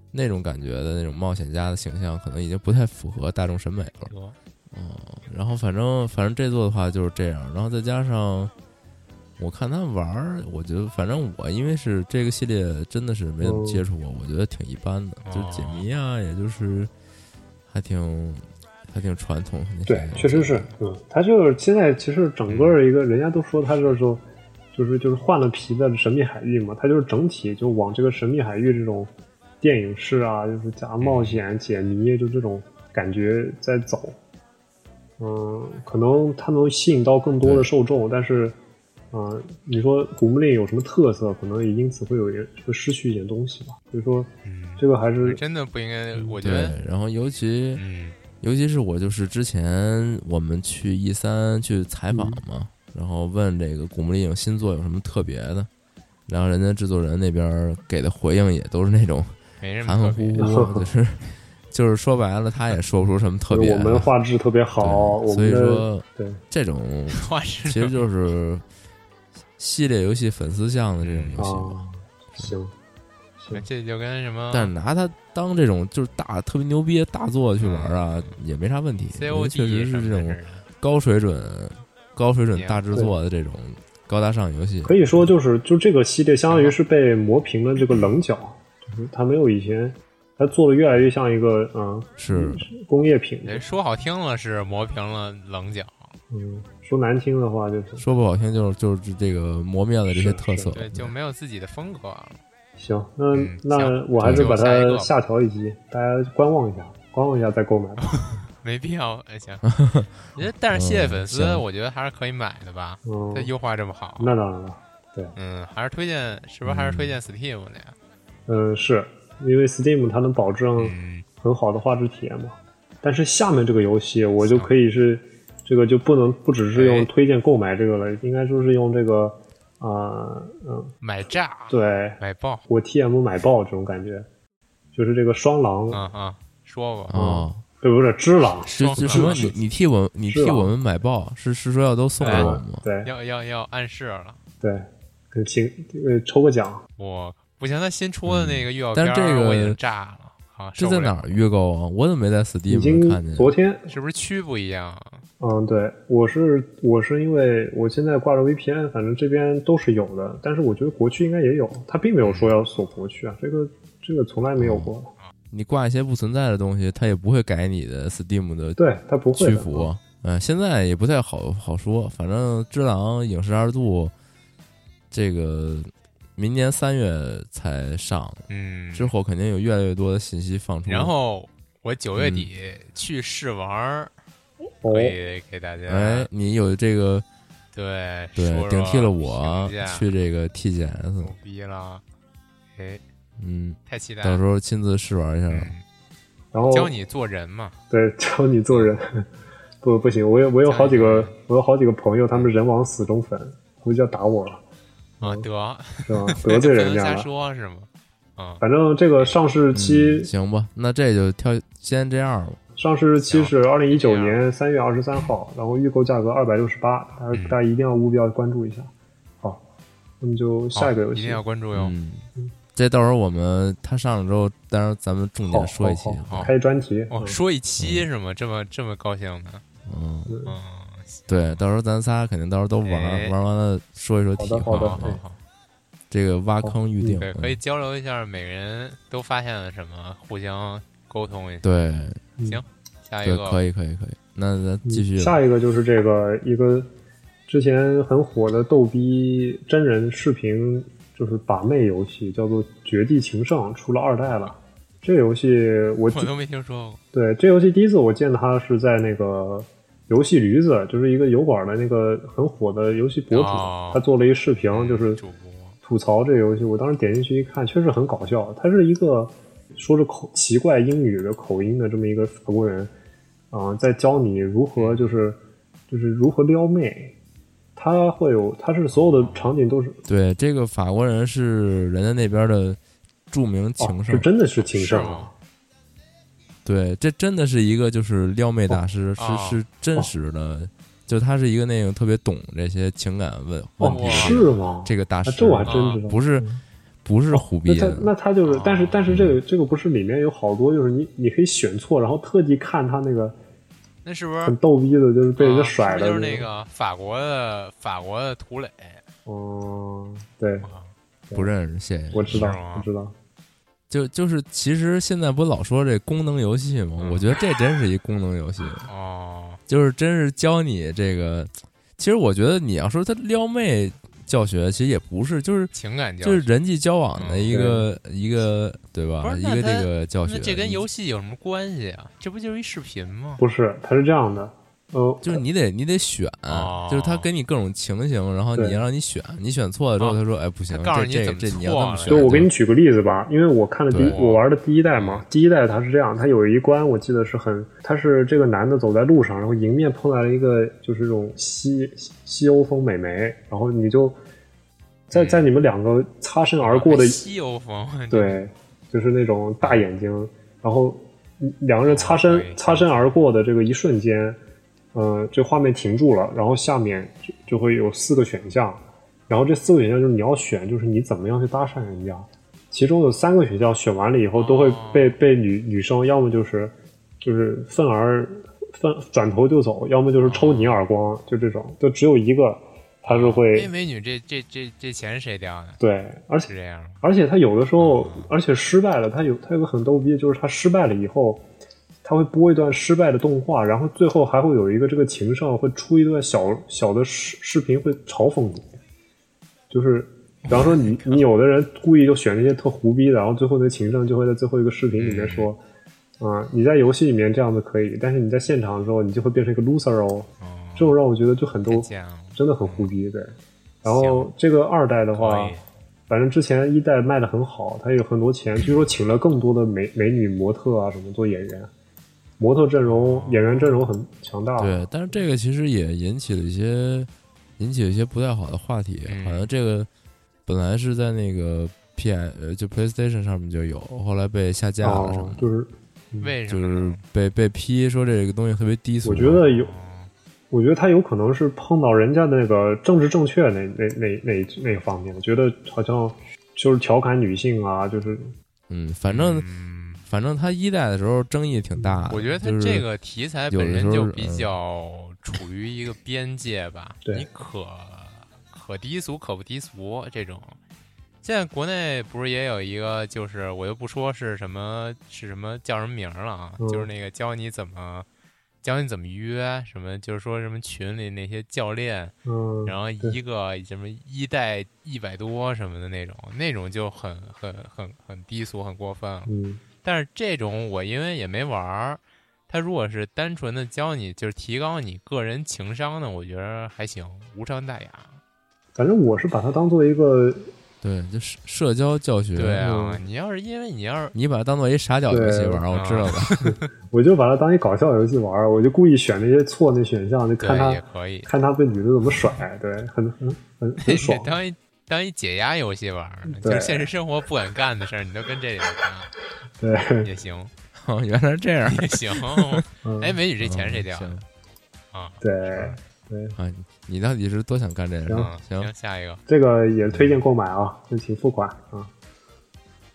[SPEAKER 1] 那种感觉的那种冒险家的形象，可能已经不太符合大众审美了。嗯
[SPEAKER 2] 那个
[SPEAKER 1] 然后反正反正这座的话就是这样，然后再加上我看他玩儿，我觉得反正我因为是这个系列真的是没怎么接触过，我觉得挺一般的，就
[SPEAKER 2] 哦
[SPEAKER 1] 解谜啊，也就是还挺还挺传统的那些。
[SPEAKER 3] 对，确实是，嗯，它就是现在其实整个一个人家都说它就是说就是就是换了皮的神秘海域嘛，它就是整体就往这个神秘海域这种电影式啊，就是加冒险解谜，就这种感觉在走。嗯，可能它能吸引到更多的受众，但是，嗯、你说古墓丽影有什么特色？可能也因此会有一会失去一点东西吧。所以说，这个还是
[SPEAKER 1] 哎
[SPEAKER 2] 真的不应该，我觉
[SPEAKER 1] 嗯对
[SPEAKER 2] 得，，
[SPEAKER 1] 然后尤其
[SPEAKER 2] 嗯，
[SPEAKER 1] 尤其是我就是之前我们去 E 三去采访
[SPEAKER 3] 嗯
[SPEAKER 1] 嘛，然后问这个古墓丽影新作有什么特别的，然后人家制作人那边儿给的回应也都是那种。
[SPEAKER 2] 没什么
[SPEAKER 1] 含含
[SPEAKER 2] 特
[SPEAKER 1] 糊糊，
[SPEAKER 2] 别。
[SPEAKER 1] 就是就是说白了，他也说不出什么特别
[SPEAKER 3] 我
[SPEAKER 1] 的。
[SPEAKER 3] 们画质特别好，
[SPEAKER 1] 对
[SPEAKER 3] 我
[SPEAKER 1] 所
[SPEAKER 3] 们
[SPEAKER 1] 以
[SPEAKER 3] 的
[SPEAKER 1] 说
[SPEAKER 3] 对，
[SPEAKER 1] 这种
[SPEAKER 2] 话是啊
[SPEAKER 1] 其实就是系列游戏粉丝向的这种游戏吧，
[SPEAKER 3] 啊，行，行，
[SPEAKER 2] 这就跟什么，
[SPEAKER 1] 但是拿它当这种就是大特别牛逼的大作去玩啊，也没啥问题。因为
[SPEAKER 2] COD
[SPEAKER 1] 确实
[SPEAKER 2] 什
[SPEAKER 1] 是这
[SPEAKER 2] 么
[SPEAKER 1] 种
[SPEAKER 2] 的似的
[SPEAKER 1] 高水准、高水准大制作的这种高大上游戏，
[SPEAKER 3] 可以说就是就这个系列，相当于是被磨平了这个棱角，就是它没有以前，它做的越来越像一个嗯
[SPEAKER 1] 是
[SPEAKER 3] 工业品。
[SPEAKER 2] 人哎说好听了是磨平了棱角，
[SPEAKER 3] 嗯，说难听的话就是
[SPEAKER 1] 说不好听就是就是这个磨灭了这些
[SPEAKER 3] 是
[SPEAKER 1] 特
[SPEAKER 3] 是
[SPEAKER 1] 色。
[SPEAKER 2] 对，就没有自己的风格啊了。
[SPEAKER 3] 行，那
[SPEAKER 2] 嗯
[SPEAKER 3] 那
[SPEAKER 2] 行
[SPEAKER 3] 我还是
[SPEAKER 2] 那
[SPEAKER 3] 把
[SPEAKER 2] 就下一个吧
[SPEAKER 3] 它下调一级，大家观望一下，观望一下再购买 吧。
[SPEAKER 2] 没必要，哎行。我觉得，但是谢谢粉丝，
[SPEAKER 1] 嗯行
[SPEAKER 2] 我觉得还是可以买的吧。
[SPEAKER 3] 嗯
[SPEAKER 2] 它优化这么好，啊
[SPEAKER 3] 那当然了，
[SPEAKER 2] 嗯，还是推荐，是不是
[SPEAKER 1] 嗯
[SPEAKER 2] 还是推荐 Steam 的呀？
[SPEAKER 3] 嗯，是因为 Steam 它能保证
[SPEAKER 2] 嗯，
[SPEAKER 3] 很好的画质体验嘛。但是下面这个游戏，我就可以是这个就不能不只是
[SPEAKER 2] 哎
[SPEAKER 3] 用推荐购买这个了，应该就是用这个啊嗯、
[SPEAKER 2] 买炸，
[SPEAKER 3] 对
[SPEAKER 2] 买爆，
[SPEAKER 3] 我 TM 买爆这种感觉，就是这个双狼，
[SPEAKER 2] 啊啊，说吧，
[SPEAKER 1] 哦，
[SPEAKER 3] 对不是只狼，
[SPEAKER 1] 是
[SPEAKER 2] 双
[SPEAKER 1] 是
[SPEAKER 2] 色
[SPEAKER 1] 什么？你你替我你
[SPEAKER 3] 是
[SPEAKER 1] 替
[SPEAKER 3] 啊
[SPEAKER 1] 我们买爆？是是说要都送给
[SPEAKER 2] 哎
[SPEAKER 1] 我们吗？
[SPEAKER 3] 对
[SPEAKER 2] 要要要暗示了，
[SPEAKER 3] 对，跟请呃抽个奖，
[SPEAKER 2] 我不行，他新出的那个预告
[SPEAKER 1] 嗯但
[SPEAKER 2] 片
[SPEAKER 1] 是
[SPEAKER 2] 儿，
[SPEAKER 1] 这个
[SPEAKER 2] 我已经炸了，啊，
[SPEAKER 1] 这
[SPEAKER 2] 受
[SPEAKER 1] 在
[SPEAKER 2] 不
[SPEAKER 1] 哪
[SPEAKER 2] 了？
[SPEAKER 1] 儿预购啊？我怎么没在
[SPEAKER 3] 已
[SPEAKER 1] Steam
[SPEAKER 3] 经
[SPEAKER 1] 上看见？
[SPEAKER 3] 昨天
[SPEAKER 2] 是不是区不一样啊？
[SPEAKER 3] 嗯，对，我是我是因为我现在挂着 VPN，反正这边都是有的，但是我觉得国区应该也有，他并没有说要锁国区啊，这个这个从来没有过，
[SPEAKER 2] 嗯
[SPEAKER 1] 你挂一些不存在的东西，它也不会改你的 Steam 的
[SPEAKER 3] 对他不
[SPEAKER 1] 屈
[SPEAKER 3] 会的。
[SPEAKER 1] 服。嗯、现在也不太好好说，反正《只狼》影视二度，这个明年三月才上，
[SPEAKER 2] 嗯，
[SPEAKER 1] 之后肯定有越来越多的信息放出。
[SPEAKER 2] 然后我九月底
[SPEAKER 1] 嗯
[SPEAKER 2] 去试玩儿，
[SPEAKER 3] 哦，
[SPEAKER 2] 可以给大家、
[SPEAKER 1] 哎，你有这个
[SPEAKER 2] 对
[SPEAKER 1] 对
[SPEAKER 2] 说说
[SPEAKER 1] 顶替了我
[SPEAKER 2] 评价
[SPEAKER 1] 去这个 TGS，
[SPEAKER 2] 牛逼了，哎，
[SPEAKER 1] 嗯，
[SPEAKER 2] 太期待
[SPEAKER 1] 到
[SPEAKER 2] 了
[SPEAKER 1] 时，候亲自试玩一下。
[SPEAKER 2] 嗯
[SPEAKER 3] 然后
[SPEAKER 2] 教你做人嘛，
[SPEAKER 3] 对 教你做人，不不行，我有我有好几个我有好几个朋友，他们人王死忠粉，估计要打我了，
[SPEAKER 1] 哦
[SPEAKER 2] 啊得，
[SPEAKER 3] 是吧？得罪人
[SPEAKER 2] 不能
[SPEAKER 3] 家
[SPEAKER 2] 瞎
[SPEAKER 3] 了。
[SPEAKER 2] 说是吗？啊，
[SPEAKER 3] 反正这个上市期、
[SPEAKER 1] 嗯行吧，那这就挑先这样吧。
[SPEAKER 3] 上市日期是二零一九
[SPEAKER 2] 这样
[SPEAKER 3] 年三月二十三号，然后预购价格二百六十八，大家
[SPEAKER 2] 嗯
[SPEAKER 3] 大家一定要务必要关注一下。好，那么就下一
[SPEAKER 2] 好
[SPEAKER 3] 个游
[SPEAKER 2] 哦一
[SPEAKER 3] 戏
[SPEAKER 2] 定要关注哟，
[SPEAKER 1] 嗯，这到时候我们他上了之后，当然咱们重点说一期
[SPEAKER 3] 好。
[SPEAKER 2] 好
[SPEAKER 3] 开专题。
[SPEAKER 2] 哦，
[SPEAKER 3] 嗯
[SPEAKER 2] 说一期是吗？这么这么高兴呢？
[SPEAKER 1] 嗯，
[SPEAKER 2] 嗯，
[SPEAKER 1] 对，到时候咱仨肯定到时候都玩
[SPEAKER 2] 哎
[SPEAKER 1] 玩完了说一说题
[SPEAKER 3] 好
[SPEAKER 1] 哈
[SPEAKER 2] 好。
[SPEAKER 3] 的
[SPEAKER 2] 好
[SPEAKER 3] 对
[SPEAKER 2] 好，
[SPEAKER 1] 这个挖坑预定
[SPEAKER 2] 对，，可
[SPEAKER 1] 嗯
[SPEAKER 2] 以交流一下每个人都发现了什么，互相沟通一下。
[SPEAKER 1] 对
[SPEAKER 2] 行，下一
[SPEAKER 1] 对，
[SPEAKER 2] 个啊
[SPEAKER 1] 可以可以可以。那咱继续吧
[SPEAKER 3] 嗯下一个就是这个一个之前很火的逗逼真人视频，就是把妹游戏，叫做《绝地情圣》，出了二代了。这个游戏我
[SPEAKER 2] 我都没听说过。
[SPEAKER 3] 对，这游戏第一次我见它是在那个游戏驴子，就是一个油管的那个很火的游戏博主，
[SPEAKER 2] 哦
[SPEAKER 3] 他做了一视频，就是
[SPEAKER 2] 主播，
[SPEAKER 3] 吐槽这个游戏。我当时点进去一看，确实很搞笑。他是一个说着口奇怪英语的口音的这么一个法国人，啊、在教你如何就是就是如何撩妹。他会有，他是所有的场景都是哦
[SPEAKER 1] 对，这个法国人是人家那边的著名情
[SPEAKER 3] 哦，
[SPEAKER 1] 圣
[SPEAKER 3] 是，真的是情圣
[SPEAKER 2] 是吗，
[SPEAKER 1] 对，这真的是一个就是撩妹大师，
[SPEAKER 2] 哦
[SPEAKER 1] 是是真实的，就他是一个那种特别懂这些情感问问
[SPEAKER 3] 哦
[SPEAKER 1] 题，
[SPEAKER 3] 是
[SPEAKER 1] 的
[SPEAKER 3] 吗？
[SPEAKER 1] 这个大
[SPEAKER 3] 啊
[SPEAKER 1] 师，
[SPEAKER 3] 这我还真
[SPEAKER 2] 啊
[SPEAKER 3] 知道，嗯哦
[SPEAKER 1] 不是不是胡
[SPEAKER 3] 那
[SPEAKER 1] 逼
[SPEAKER 3] 他
[SPEAKER 1] 的，
[SPEAKER 3] 那他就是
[SPEAKER 2] 哦，
[SPEAKER 3] 但是但是这个这个不是里面有好多就是你你可以选错，然后特地看他那个
[SPEAKER 2] 那是不是
[SPEAKER 3] 很逗逼的，就是被人家
[SPEAKER 2] 啊
[SPEAKER 3] 甩
[SPEAKER 2] 是不
[SPEAKER 3] 的
[SPEAKER 2] 是就是那
[SPEAKER 3] 种。
[SPEAKER 2] 个法国的法国的涂磊，
[SPEAKER 3] 嗯，对，
[SPEAKER 1] 不认识，谢谢。
[SPEAKER 3] 我知道
[SPEAKER 2] 啊是吗，
[SPEAKER 3] 我知道。
[SPEAKER 1] 就就是，其实现在不老说这功能游戏吗？
[SPEAKER 2] 嗯
[SPEAKER 1] 我觉得这真是一功能游戏，
[SPEAKER 2] 哦，
[SPEAKER 1] 就是真是教你这个。其实我觉得你要说他撩妹教学，其实也不是，就是
[SPEAKER 2] 情感教嗯
[SPEAKER 1] 就是
[SPEAKER 2] 育。
[SPEAKER 1] 人际交往的一个、一个对
[SPEAKER 2] 不
[SPEAKER 1] 吧？
[SPEAKER 2] 是
[SPEAKER 1] 一
[SPEAKER 2] 那
[SPEAKER 1] 个
[SPEAKER 2] 他
[SPEAKER 1] 这个教学。嗯
[SPEAKER 2] 那这跟游戏有什么关系啊？这不就是一视频吗？
[SPEAKER 3] 不是，他是这样的，呃，
[SPEAKER 1] 就是你得你得选，
[SPEAKER 2] 哦
[SPEAKER 1] 就是他给你各种情形，然后你
[SPEAKER 3] 对
[SPEAKER 1] 让你选，你选错了之后，
[SPEAKER 2] 哦
[SPEAKER 1] 他说哎不行，
[SPEAKER 2] 他告诉
[SPEAKER 1] 这
[SPEAKER 2] 你
[SPEAKER 1] 这
[SPEAKER 2] 怎么
[SPEAKER 1] 这
[SPEAKER 2] 错
[SPEAKER 1] 你要这么
[SPEAKER 2] 了
[SPEAKER 1] 选。
[SPEAKER 3] 就我给你
[SPEAKER 1] 就
[SPEAKER 3] 举个例子吧，因为我看了第一
[SPEAKER 1] 对
[SPEAKER 3] 我玩的第一代嘛，第一代它是这样，它有一关我记得是很，它是这个男的走在路上，然后迎面碰来了一个就是这种西西西欧风美眉，然后你就在在你们两个擦身而过的
[SPEAKER 2] 还西欧风，啊
[SPEAKER 3] 对，就是那种大眼睛，然后嗯两个人擦身
[SPEAKER 2] 可以
[SPEAKER 3] 擦身而过的这个一瞬间，呃，这画面停住了，然后下面就就会有四个选项，然后这四个选项就是你要选，就是你怎么样去搭讪人家，其中有三个选项选完了以后都会
[SPEAKER 2] 哦
[SPEAKER 3] 被、被女女生要么就是就是愤而愤转头就走，要么就是抽你耳光，就这种，就只有一个他是会、
[SPEAKER 2] 哎，美女，这这这这钱是谁掉的？
[SPEAKER 3] 对，而且
[SPEAKER 2] 是这样吗？
[SPEAKER 3] 而且他有的时候，而且失败了，他有他有个很逗逼，就是他失败了以后，他会播一段失败的动画，然后最后还会有一个这个情圣会出一段小小的视视频，会嘲讽你，就是比方说你你有的人故意就选那些特胡逼的，然后最后那情圣就会在最后一个视频里面说，啊、你在游戏里面这样子可以，但是你在现场之后，你就会变成一个 loser 哦，
[SPEAKER 2] 哦，
[SPEAKER 3] 这种让我觉得就很
[SPEAKER 2] 太
[SPEAKER 3] 多，
[SPEAKER 2] 贱了。
[SPEAKER 3] 真的很胡逼，对。然后这个二代的话
[SPEAKER 2] 可以。
[SPEAKER 3] 反正之前一代卖的很好，他有很多钱，据说请了更多的美美女模特啊什么做演员，模特阵容、演员阵容很强
[SPEAKER 2] 啊
[SPEAKER 3] 大。
[SPEAKER 1] 哦
[SPEAKER 3] 啊
[SPEAKER 1] 对，但是这个其实也引起了一些引起了一些不太好的话题，
[SPEAKER 2] 嗯
[SPEAKER 1] 好像这个本来是在那个 P I 呃就 PlayStation 上面就有，后来被下架了什么
[SPEAKER 3] 哦，
[SPEAKER 1] 的。
[SPEAKER 3] 就是
[SPEAKER 2] 为什
[SPEAKER 1] 就
[SPEAKER 2] 么呢？
[SPEAKER 1] 是被被批说这个东西特别低俗，
[SPEAKER 3] 我觉得有，
[SPEAKER 2] 哦
[SPEAKER 3] 我觉得他有可能是碰到人家那个政治正确那那那那那个方面，我觉得好像就是调侃女性啊，就是
[SPEAKER 1] 嗯，反正
[SPEAKER 2] 嗯，
[SPEAKER 1] 反正他一代的时候争议挺大的，
[SPEAKER 2] 我觉得他
[SPEAKER 1] 哎就是
[SPEAKER 2] 这个题材
[SPEAKER 1] 有
[SPEAKER 2] 本
[SPEAKER 1] 的
[SPEAKER 2] 身
[SPEAKER 1] 时
[SPEAKER 2] 就
[SPEAKER 1] 候
[SPEAKER 2] 比
[SPEAKER 1] 嗯
[SPEAKER 2] 较处于一个边界吧，
[SPEAKER 3] 对
[SPEAKER 2] 你可可低俗可不低俗这种。现在国内不是也有一个，就是我就不说是什么是什么叫什么名儿了啊，
[SPEAKER 3] 嗯
[SPEAKER 2] 就是那个教你怎么教你怎么约，什么就是说什么群里那些教练，
[SPEAKER 3] 嗯，
[SPEAKER 2] 然后一个什么一代一百多什么的那种，那种就很很很很低俗，很过分了。
[SPEAKER 3] 嗯
[SPEAKER 2] 但是这种我因为也没玩儿，他如果是单纯的教你，就是提高你个人情商呢，我觉得还行，无伤大雅。
[SPEAKER 3] 反正我是把它当做一个
[SPEAKER 1] 对，就是社交教学。嗯
[SPEAKER 2] 对啊，你要是因为你要是
[SPEAKER 1] 你把它当做一傻屌游戏玩儿，
[SPEAKER 2] 对啊
[SPEAKER 1] 我知道的。
[SPEAKER 3] 我就把它当一搞笑游戏玩儿，我就故意选那些错那选项，就
[SPEAKER 2] 对
[SPEAKER 3] 看
[SPEAKER 2] 也
[SPEAKER 3] 他
[SPEAKER 2] 可以，
[SPEAKER 3] 看他被女的怎么甩，对，很很 很很爽。
[SPEAKER 2] 当一当一解压游戏玩儿，就
[SPEAKER 3] 对
[SPEAKER 2] 是现实生活不敢干的事儿，你都跟这里头干，
[SPEAKER 3] 对，
[SPEAKER 2] 也行
[SPEAKER 1] 哦原来是这样。
[SPEAKER 2] 也行。
[SPEAKER 3] 嗯
[SPEAKER 2] 哎，美女这钱是谁掉
[SPEAKER 1] 嗯
[SPEAKER 2] 的
[SPEAKER 1] 行
[SPEAKER 2] 啊？
[SPEAKER 3] 对，
[SPEAKER 1] 啊，你你到底是多想干这个事儿？
[SPEAKER 2] 嗯，
[SPEAKER 1] 行
[SPEAKER 2] 行，，下一个
[SPEAKER 3] 这个也推荐购买啊，就请付款啊。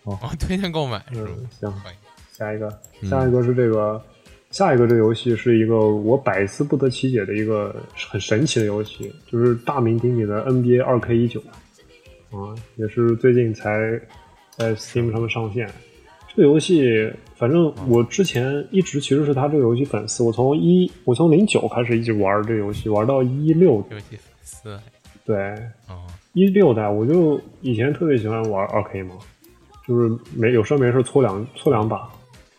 [SPEAKER 2] 哦，推荐购买是吗？
[SPEAKER 3] 嗯，行
[SPEAKER 2] 可以，
[SPEAKER 3] 下一个，
[SPEAKER 1] 嗯
[SPEAKER 3] 下一个是这个，下一个这个游戏是一个我百思不得其解的一个很神奇的游戏，就是大名鼎鼎的 NBA 2 K 1 9啊，也是最近才在 Steam 上面上线。这个游戏，反正我之前一直其实是他这个游戏粉丝，我从一我从零九开始一直玩这个游戏，玩到一六，
[SPEAKER 2] 游戏粉丝，
[SPEAKER 3] 对，
[SPEAKER 2] 哦，
[SPEAKER 3] 一六代，我就以前特别喜欢玩二 K 嘛，就是没有事儿没事儿搓两搓两把。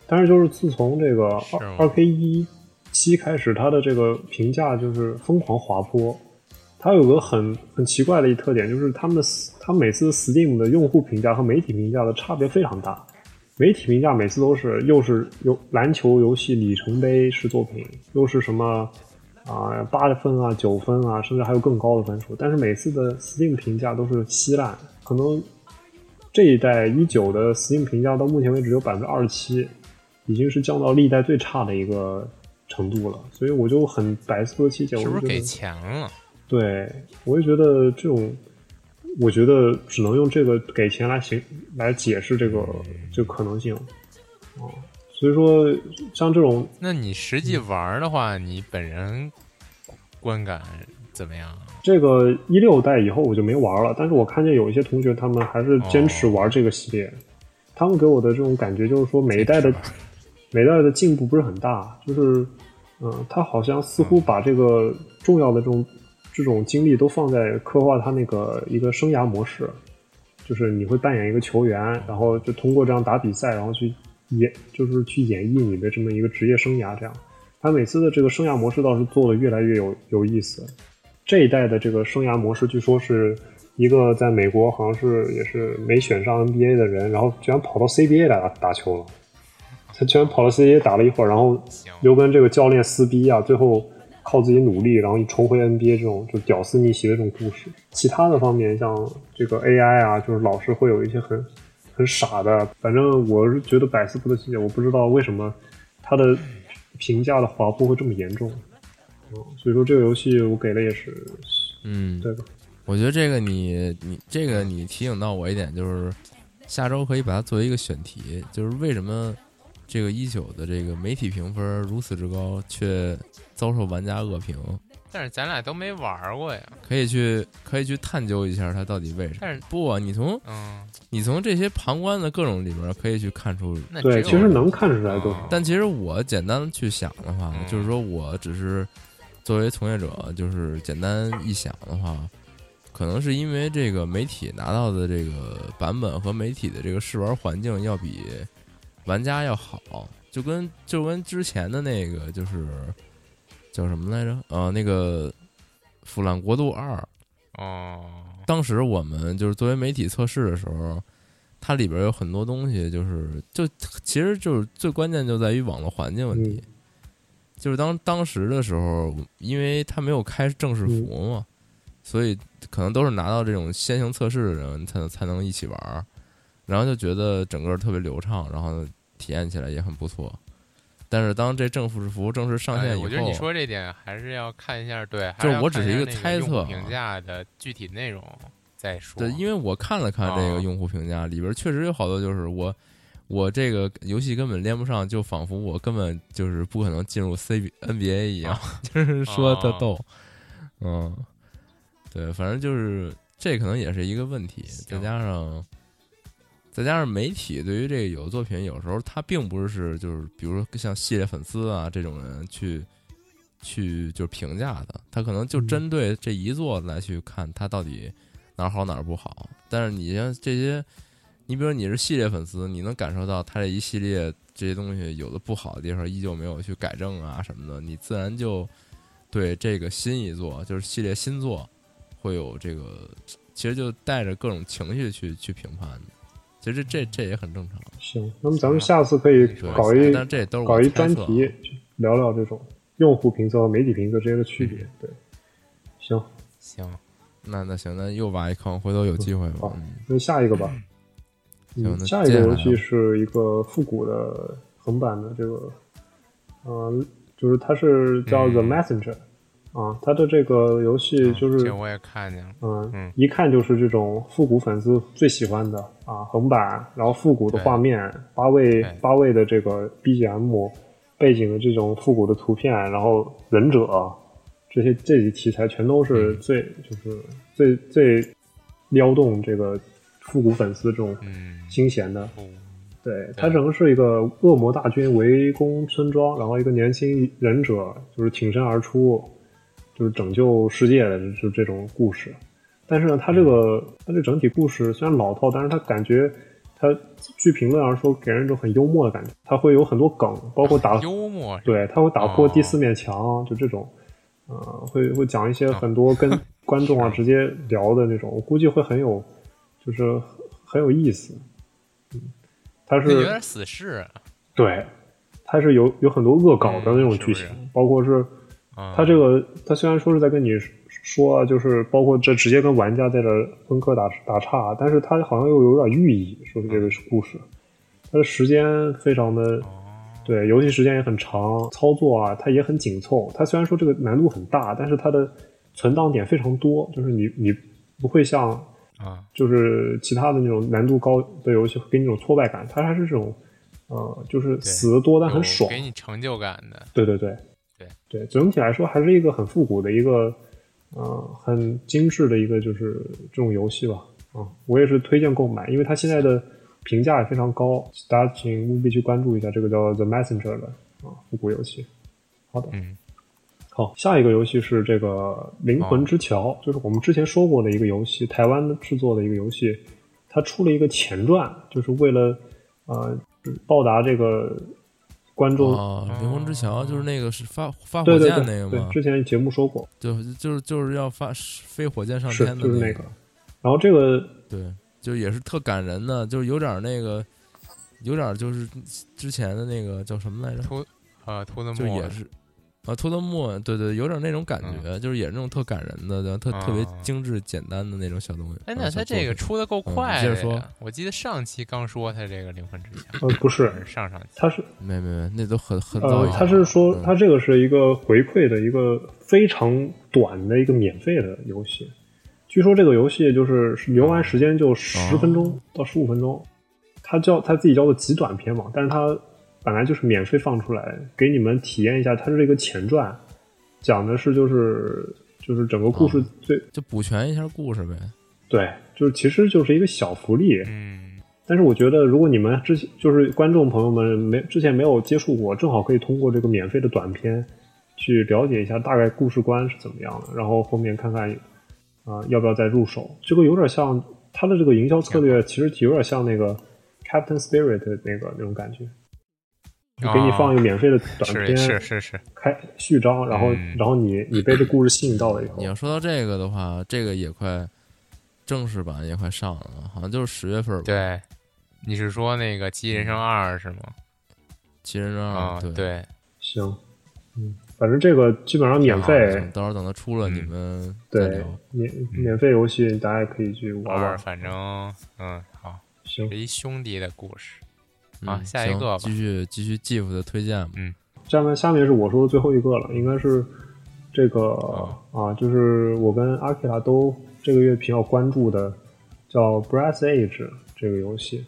[SPEAKER 3] 但是就是自从这个
[SPEAKER 2] 是吗
[SPEAKER 3] 二 K 一七开始，它的这个评价就是疯狂滑坡。它有个很很奇怪的一特点，就是他们的它每次 Steam 的用户评价和媒体评价的差别非常大。媒体评价每次都是又是游篮球游戏里程碑式作品，又是什么啊八、分啊九分啊，甚至还有更高的分数。但是每次的 Steam 评价都是稀烂，可能这一代一九的 Steam 评价到目前为止有百分之二十七，已经是降到历代最差的一个程度了。所以我就很百思不得其解，我
[SPEAKER 2] 是
[SPEAKER 3] 就
[SPEAKER 2] 不
[SPEAKER 3] 觉
[SPEAKER 2] 是给
[SPEAKER 3] 得。
[SPEAKER 2] 钱了？
[SPEAKER 3] 对，我也觉得这种，我觉得只能用这个给钱来形来解释这个这个可能性。哦，所以说像这种
[SPEAKER 2] 那你实际
[SPEAKER 1] 嗯
[SPEAKER 2] 玩儿的话，你本人观感怎么样？
[SPEAKER 3] 这个一六代以后我就没玩了，但是我看见有一些同学他们还是坚持玩这个系列，他们给我的这种感觉就是说每一代的每一代的进步不是很大，就是嗯，他好像似乎把这个重要的这种这种精力都放在刻画他那个一个生涯模式，就是你会扮演一个球员，然后就通过这样打比赛，然后去演就是去演绎你的这么一个职业生涯这样。他每次的这个生涯模式倒是做的越来越有有意思，这一代的这个生涯模式，据说是一个在美国好像是也是没选上 NBA 的人，然后居然跑到 CBA 来打打球了。他居然跑到 CBA 打了一会儿，然后
[SPEAKER 2] 行
[SPEAKER 3] 又跟这个教练撕逼啊，最后靠自己努力，然后重回 NBA 这种就屌丝逆袭的这种故事。其他的方面，像这个 AI 啊，就是老是会有一些很很傻的，反正我是觉得百思不得其解，我不知道为什么它的评价的滑坡会这么严重。嗯，所以说这个游戏我给的也是
[SPEAKER 1] 嗯，
[SPEAKER 3] 对吧？
[SPEAKER 1] 我觉得这个你你这个你提醒到我一点，就是下周可以把它作为一个选题，就是为什么这个一九的这个媒体评分如此之高，却遭受玩家恶评，
[SPEAKER 2] 但是咱俩都没玩儿过呀。
[SPEAKER 1] 可以去可以去探究一下它到底为什么。
[SPEAKER 2] 但是
[SPEAKER 1] 不啊，你从
[SPEAKER 2] 嗯，
[SPEAKER 1] 你从这些旁观的各种里边儿可以去看出
[SPEAKER 2] 那
[SPEAKER 3] 对，
[SPEAKER 2] 只有
[SPEAKER 3] 其实能看出来都是
[SPEAKER 2] 嗯
[SPEAKER 1] 但其实我简单去想的话，
[SPEAKER 2] 嗯
[SPEAKER 1] 就是说我只是作为从业者，就是简单一想的话，可能是因为这个媒体拿到的这个版本和媒体的这个试玩环境要比玩家要好，就跟就跟之前的那个就是叫什么来着？呃，那个《腐烂国度二》，
[SPEAKER 2] 哦，
[SPEAKER 1] 当时我们就是作为媒体测试的时候，它里边有很多东西，就是就其实就是最关键就在于网络环境问
[SPEAKER 3] 嗯
[SPEAKER 1] 题。就是当当时的时候，因为它没有开正式服嘛，所以可能都是拿到这种先行测试的人才能才能一起玩儿，然后就觉得整个特别流畅，然后体验起来也很不错。但是当这正式服正式上线
[SPEAKER 2] 哎
[SPEAKER 1] 以后，
[SPEAKER 2] 我觉得你说这点还是要看一下，对，
[SPEAKER 1] 就是
[SPEAKER 2] 还要
[SPEAKER 1] 我只是一个
[SPEAKER 2] 看下
[SPEAKER 1] 猜
[SPEAKER 2] 那
[SPEAKER 1] 测
[SPEAKER 2] 用户
[SPEAKER 1] 啊
[SPEAKER 2] 评价的具体内容再说。
[SPEAKER 1] 对，因为我看了看这
[SPEAKER 2] 啊
[SPEAKER 1] 个用户评价，里边确实有好多就是我我这个游戏根本连不上，就仿佛我根本就是不可能进入 C B NBA 一样，
[SPEAKER 2] 啊
[SPEAKER 1] 就是说的逗，嗯，对，反正就是这可能也是一个问题，再
[SPEAKER 2] 行
[SPEAKER 1] 加上再加上媒体对于这个有的作品，有时候他并不是就是比如说像系列粉丝啊这种人去去就是评价的，他可能就
[SPEAKER 3] 嗯
[SPEAKER 1] 针对这一座来去看他到底哪儿好哪儿不好，但是你像这些。你比如你是系列粉丝，你能感受到他这一系列这些东西有的不好的地方依旧没有去改正啊什么的，你自然就对这个新一作就是系列新作会有这个，其实就带着各种情绪去去评判的。其实这这也很正常，
[SPEAKER 3] 行，那么咱们下次可以
[SPEAKER 1] 对。
[SPEAKER 3] 搞一
[SPEAKER 1] 但这也都是我
[SPEAKER 3] 搞一
[SPEAKER 1] 猜
[SPEAKER 3] 专
[SPEAKER 1] 测啊
[SPEAKER 3] 题，就聊聊这种用户评测和媒体评测之间的区别。
[SPEAKER 1] 嗯
[SPEAKER 3] 对，行，
[SPEAKER 2] 行，
[SPEAKER 1] 那那行，那又挖一坑，回头有机会吧
[SPEAKER 3] 好。
[SPEAKER 1] 嗯，
[SPEAKER 3] 那下一个吧。
[SPEAKER 1] 行
[SPEAKER 3] 嗯，
[SPEAKER 1] 那
[SPEAKER 3] 下一
[SPEAKER 1] 接
[SPEAKER 3] 个
[SPEAKER 1] 下来
[SPEAKER 3] 游戏
[SPEAKER 1] 吧
[SPEAKER 3] 是一个复古的横版的这个，呃，就是它是叫
[SPEAKER 2] 嗯
[SPEAKER 3] The Messenger，、啊，它的这个游
[SPEAKER 1] 啊
[SPEAKER 3] 戏就是
[SPEAKER 2] 这我也看见了，
[SPEAKER 3] 嗯
[SPEAKER 2] 嗯，
[SPEAKER 3] 一看就是这种复古粉丝最喜欢的啊，横版，然后复古的画面，八位
[SPEAKER 2] 对
[SPEAKER 3] 八位的这个 BGM，背景的这种复古的图片，然后忍者这些这些题材全都
[SPEAKER 2] 嗯
[SPEAKER 3] 是最、就是最最撩动这个复古粉丝这种
[SPEAKER 2] 嗯，
[SPEAKER 3] 新鲜的。
[SPEAKER 2] 不
[SPEAKER 3] 对，它整个是一个恶魔大军围攻村庄，然后一个年轻忍者就是挺身而出，就是拯救世界的就这种故事。但是呢，它这个它这整体故事虽然老套，但是它感觉它据评论而说，给人一种很幽默的感觉。它会有很多梗，包括打
[SPEAKER 2] 幽默是吧，
[SPEAKER 3] 对，它会打破
[SPEAKER 2] 哦
[SPEAKER 3] 第四面墙，就这种，呃，会会讲一些很多跟观众啊直接聊的那种，我估计会很有，就是很很有意思。嗯，它
[SPEAKER 2] 这有
[SPEAKER 3] 是
[SPEAKER 2] 点死侍啊
[SPEAKER 3] 对，它是有有很多恶搞的那种
[SPEAKER 2] 嗯是
[SPEAKER 3] 剧
[SPEAKER 2] 不
[SPEAKER 3] 情，
[SPEAKER 2] 是
[SPEAKER 3] 包括是。
[SPEAKER 2] 嗯
[SPEAKER 3] 他这个，他虽然说是在跟你说啊，就是包括这直接跟玩家在这分科打打岔，啊但是他好像又有点寓意，说是这个
[SPEAKER 2] 嗯
[SPEAKER 3] 故事，它的时间非常的，
[SPEAKER 2] 哦
[SPEAKER 3] 对，游戏时间也很长，操作啊，它也很紧凑。它虽然说这个难度很大，但是它的存档点非常多，就是你你不会像
[SPEAKER 2] 啊，
[SPEAKER 3] 就是其他的那种难度高的游戏会给你一种挫败感，它还是这种，呃，就是死的多但很
[SPEAKER 2] 有
[SPEAKER 3] 爽，
[SPEAKER 2] 给你成就感的，
[SPEAKER 3] 对对对，
[SPEAKER 2] 对
[SPEAKER 3] 对，整体来说还是一个很复古的一个，呃，很精致的一个就是这种游戏吧。啊、我也是推荐购买，因为它现在的评价也非常高，大家请务必去关注一下这个叫 The Messenger 的啊、复古游戏。好的，
[SPEAKER 2] 嗯，
[SPEAKER 3] 好，下一个游戏是这个《灵
[SPEAKER 2] 哦
[SPEAKER 3] 魂之桥》，就是我们之前说过的一个游戏，台湾制作的一个游戏，它出了一个前传，就是为了呃报答这个观众。
[SPEAKER 1] 哦，灵魂之桥就是那个是发发
[SPEAKER 3] 对
[SPEAKER 1] 火
[SPEAKER 3] 对
[SPEAKER 1] 箭
[SPEAKER 3] 对
[SPEAKER 1] 那个
[SPEAKER 3] 对
[SPEAKER 1] 吗，？
[SPEAKER 3] 之前节目说过，
[SPEAKER 1] 就就是就是要发飞火箭上
[SPEAKER 3] 是
[SPEAKER 1] 天的
[SPEAKER 3] 就是
[SPEAKER 1] 那
[SPEAKER 3] 那个然后这个
[SPEAKER 1] 对，就也是特感人的，就是有点那个，有点就是之前的那个叫什么来着？
[SPEAKER 2] 秃呃秃子
[SPEAKER 1] 就
[SPEAKER 2] 木
[SPEAKER 1] 也是啊，托德莫，对对，有点那种感觉，就是也是那种特感人的，然后特、特别
[SPEAKER 2] 啊
[SPEAKER 1] 精致简单的那种小东西。
[SPEAKER 2] 哎，
[SPEAKER 1] 啊
[SPEAKER 2] 那
[SPEAKER 1] 小
[SPEAKER 2] 他
[SPEAKER 1] 作
[SPEAKER 2] 这个
[SPEAKER 1] 品
[SPEAKER 2] 出的够
[SPEAKER 1] 嗯
[SPEAKER 2] 快
[SPEAKER 1] 接着
[SPEAKER 2] 的
[SPEAKER 1] 说
[SPEAKER 2] 呀！我记得上期刚说他这个灵魂之墙，
[SPEAKER 3] 呃不是
[SPEAKER 2] 还，是上上期
[SPEAKER 3] 它是
[SPEAKER 1] 没没没，那都很很早
[SPEAKER 3] 呃
[SPEAKER 1] 以前了。
[SPEAKER 3] 它是说
[SPEAKER 1] 嗯
[SPEAKER 3] 它这个是一个回馈的一个非常短的一个免费的游戏，据说这个游戏就是游玩时间就
[SPEAKER 1] 哦
[SPEAKER 3] 十分钟到十五分钟，它叫它自己叫做极短篇嘛，但是它本来就是免费放出来，给你们体验一下它是一个前传，讲的是就是就是整个故事
[SPEAKER 1] 嗯
[SPEAKER 3] 最、
[SPEAKER 1] 就补全一下故事呗。
[SPEAKER 3] 对，就是其实就是一个小福利，
[SPEAKER 2] 嗯，
[SPEAKER 3] 但是我觉得，如果你们之前就是观众朋友们没之前没有接触过，正好可以通过这个免费的短片去了解一下大概故事观是怎么样的，然后后面看看啊、要不要再入手。这个有点像它的这个营销策略，其实有点像那个 Captain Spirit 的那个那种感觉，就给你放一个免费的短
[SPEAKER 2] 哦是
[SPEAKER 3] 片，
[SPEAKER 2] 是是是，
[SPEAKER 3] 开序章，然后、
[SPEAKER 2] 嗯
[SPEAKER 3] 然后你你被这故事吸引到了以后
[SPEAKER 1] 你，要说到这个的话，这个也快正式版也快上了，啊好像就是十月份吧。，
[SPEAKER 2] 对，你是说那个《机器人生二》是吗？
[SPEAKER 1] 七人
[SPEAKER 3] 嗯
[SPEAKER 1] 装
[SPEAKER 2] 啊，
[SPEAKER 1] 对。
[SPEAKER 2] 对，
[SPEAKER 3] 行，嗯，反正这个基本上免
[SPEAKER 1] 好
[SPEAKER 3] 费。
[SPEAKER 1] 等到时候等它出了，
[SPEAKER 2] 嗯
[SPEAKER 1] 你们再
[SPEAKER 3] 对
[SPEAKER 1] 聊。，
[SPEAKER 3] 免免费游戏大家也可以去玩
[SPEAKER 2] 二
[SPEAKER 3] 玩。
[SPEAKER 2] 反正嗯好，
[SPEAKER 3] 行
[SPEAKER 2] 是，一兄弟的故事，
[SPEAKER 1] 嗯
[SPEAKER 2] 啊下一
[SPEAKER 1] 行
[SPEAKER 2] 个吧
[SPEAKER 1] 继续继续 GIF 的推荐吧。
[SPEAKER 3] 下面下面是我说的最后一个了，应该是这个、啊，就是我跟阿克拉都这个月比较关注的，叫《Brass Age》这个游戏。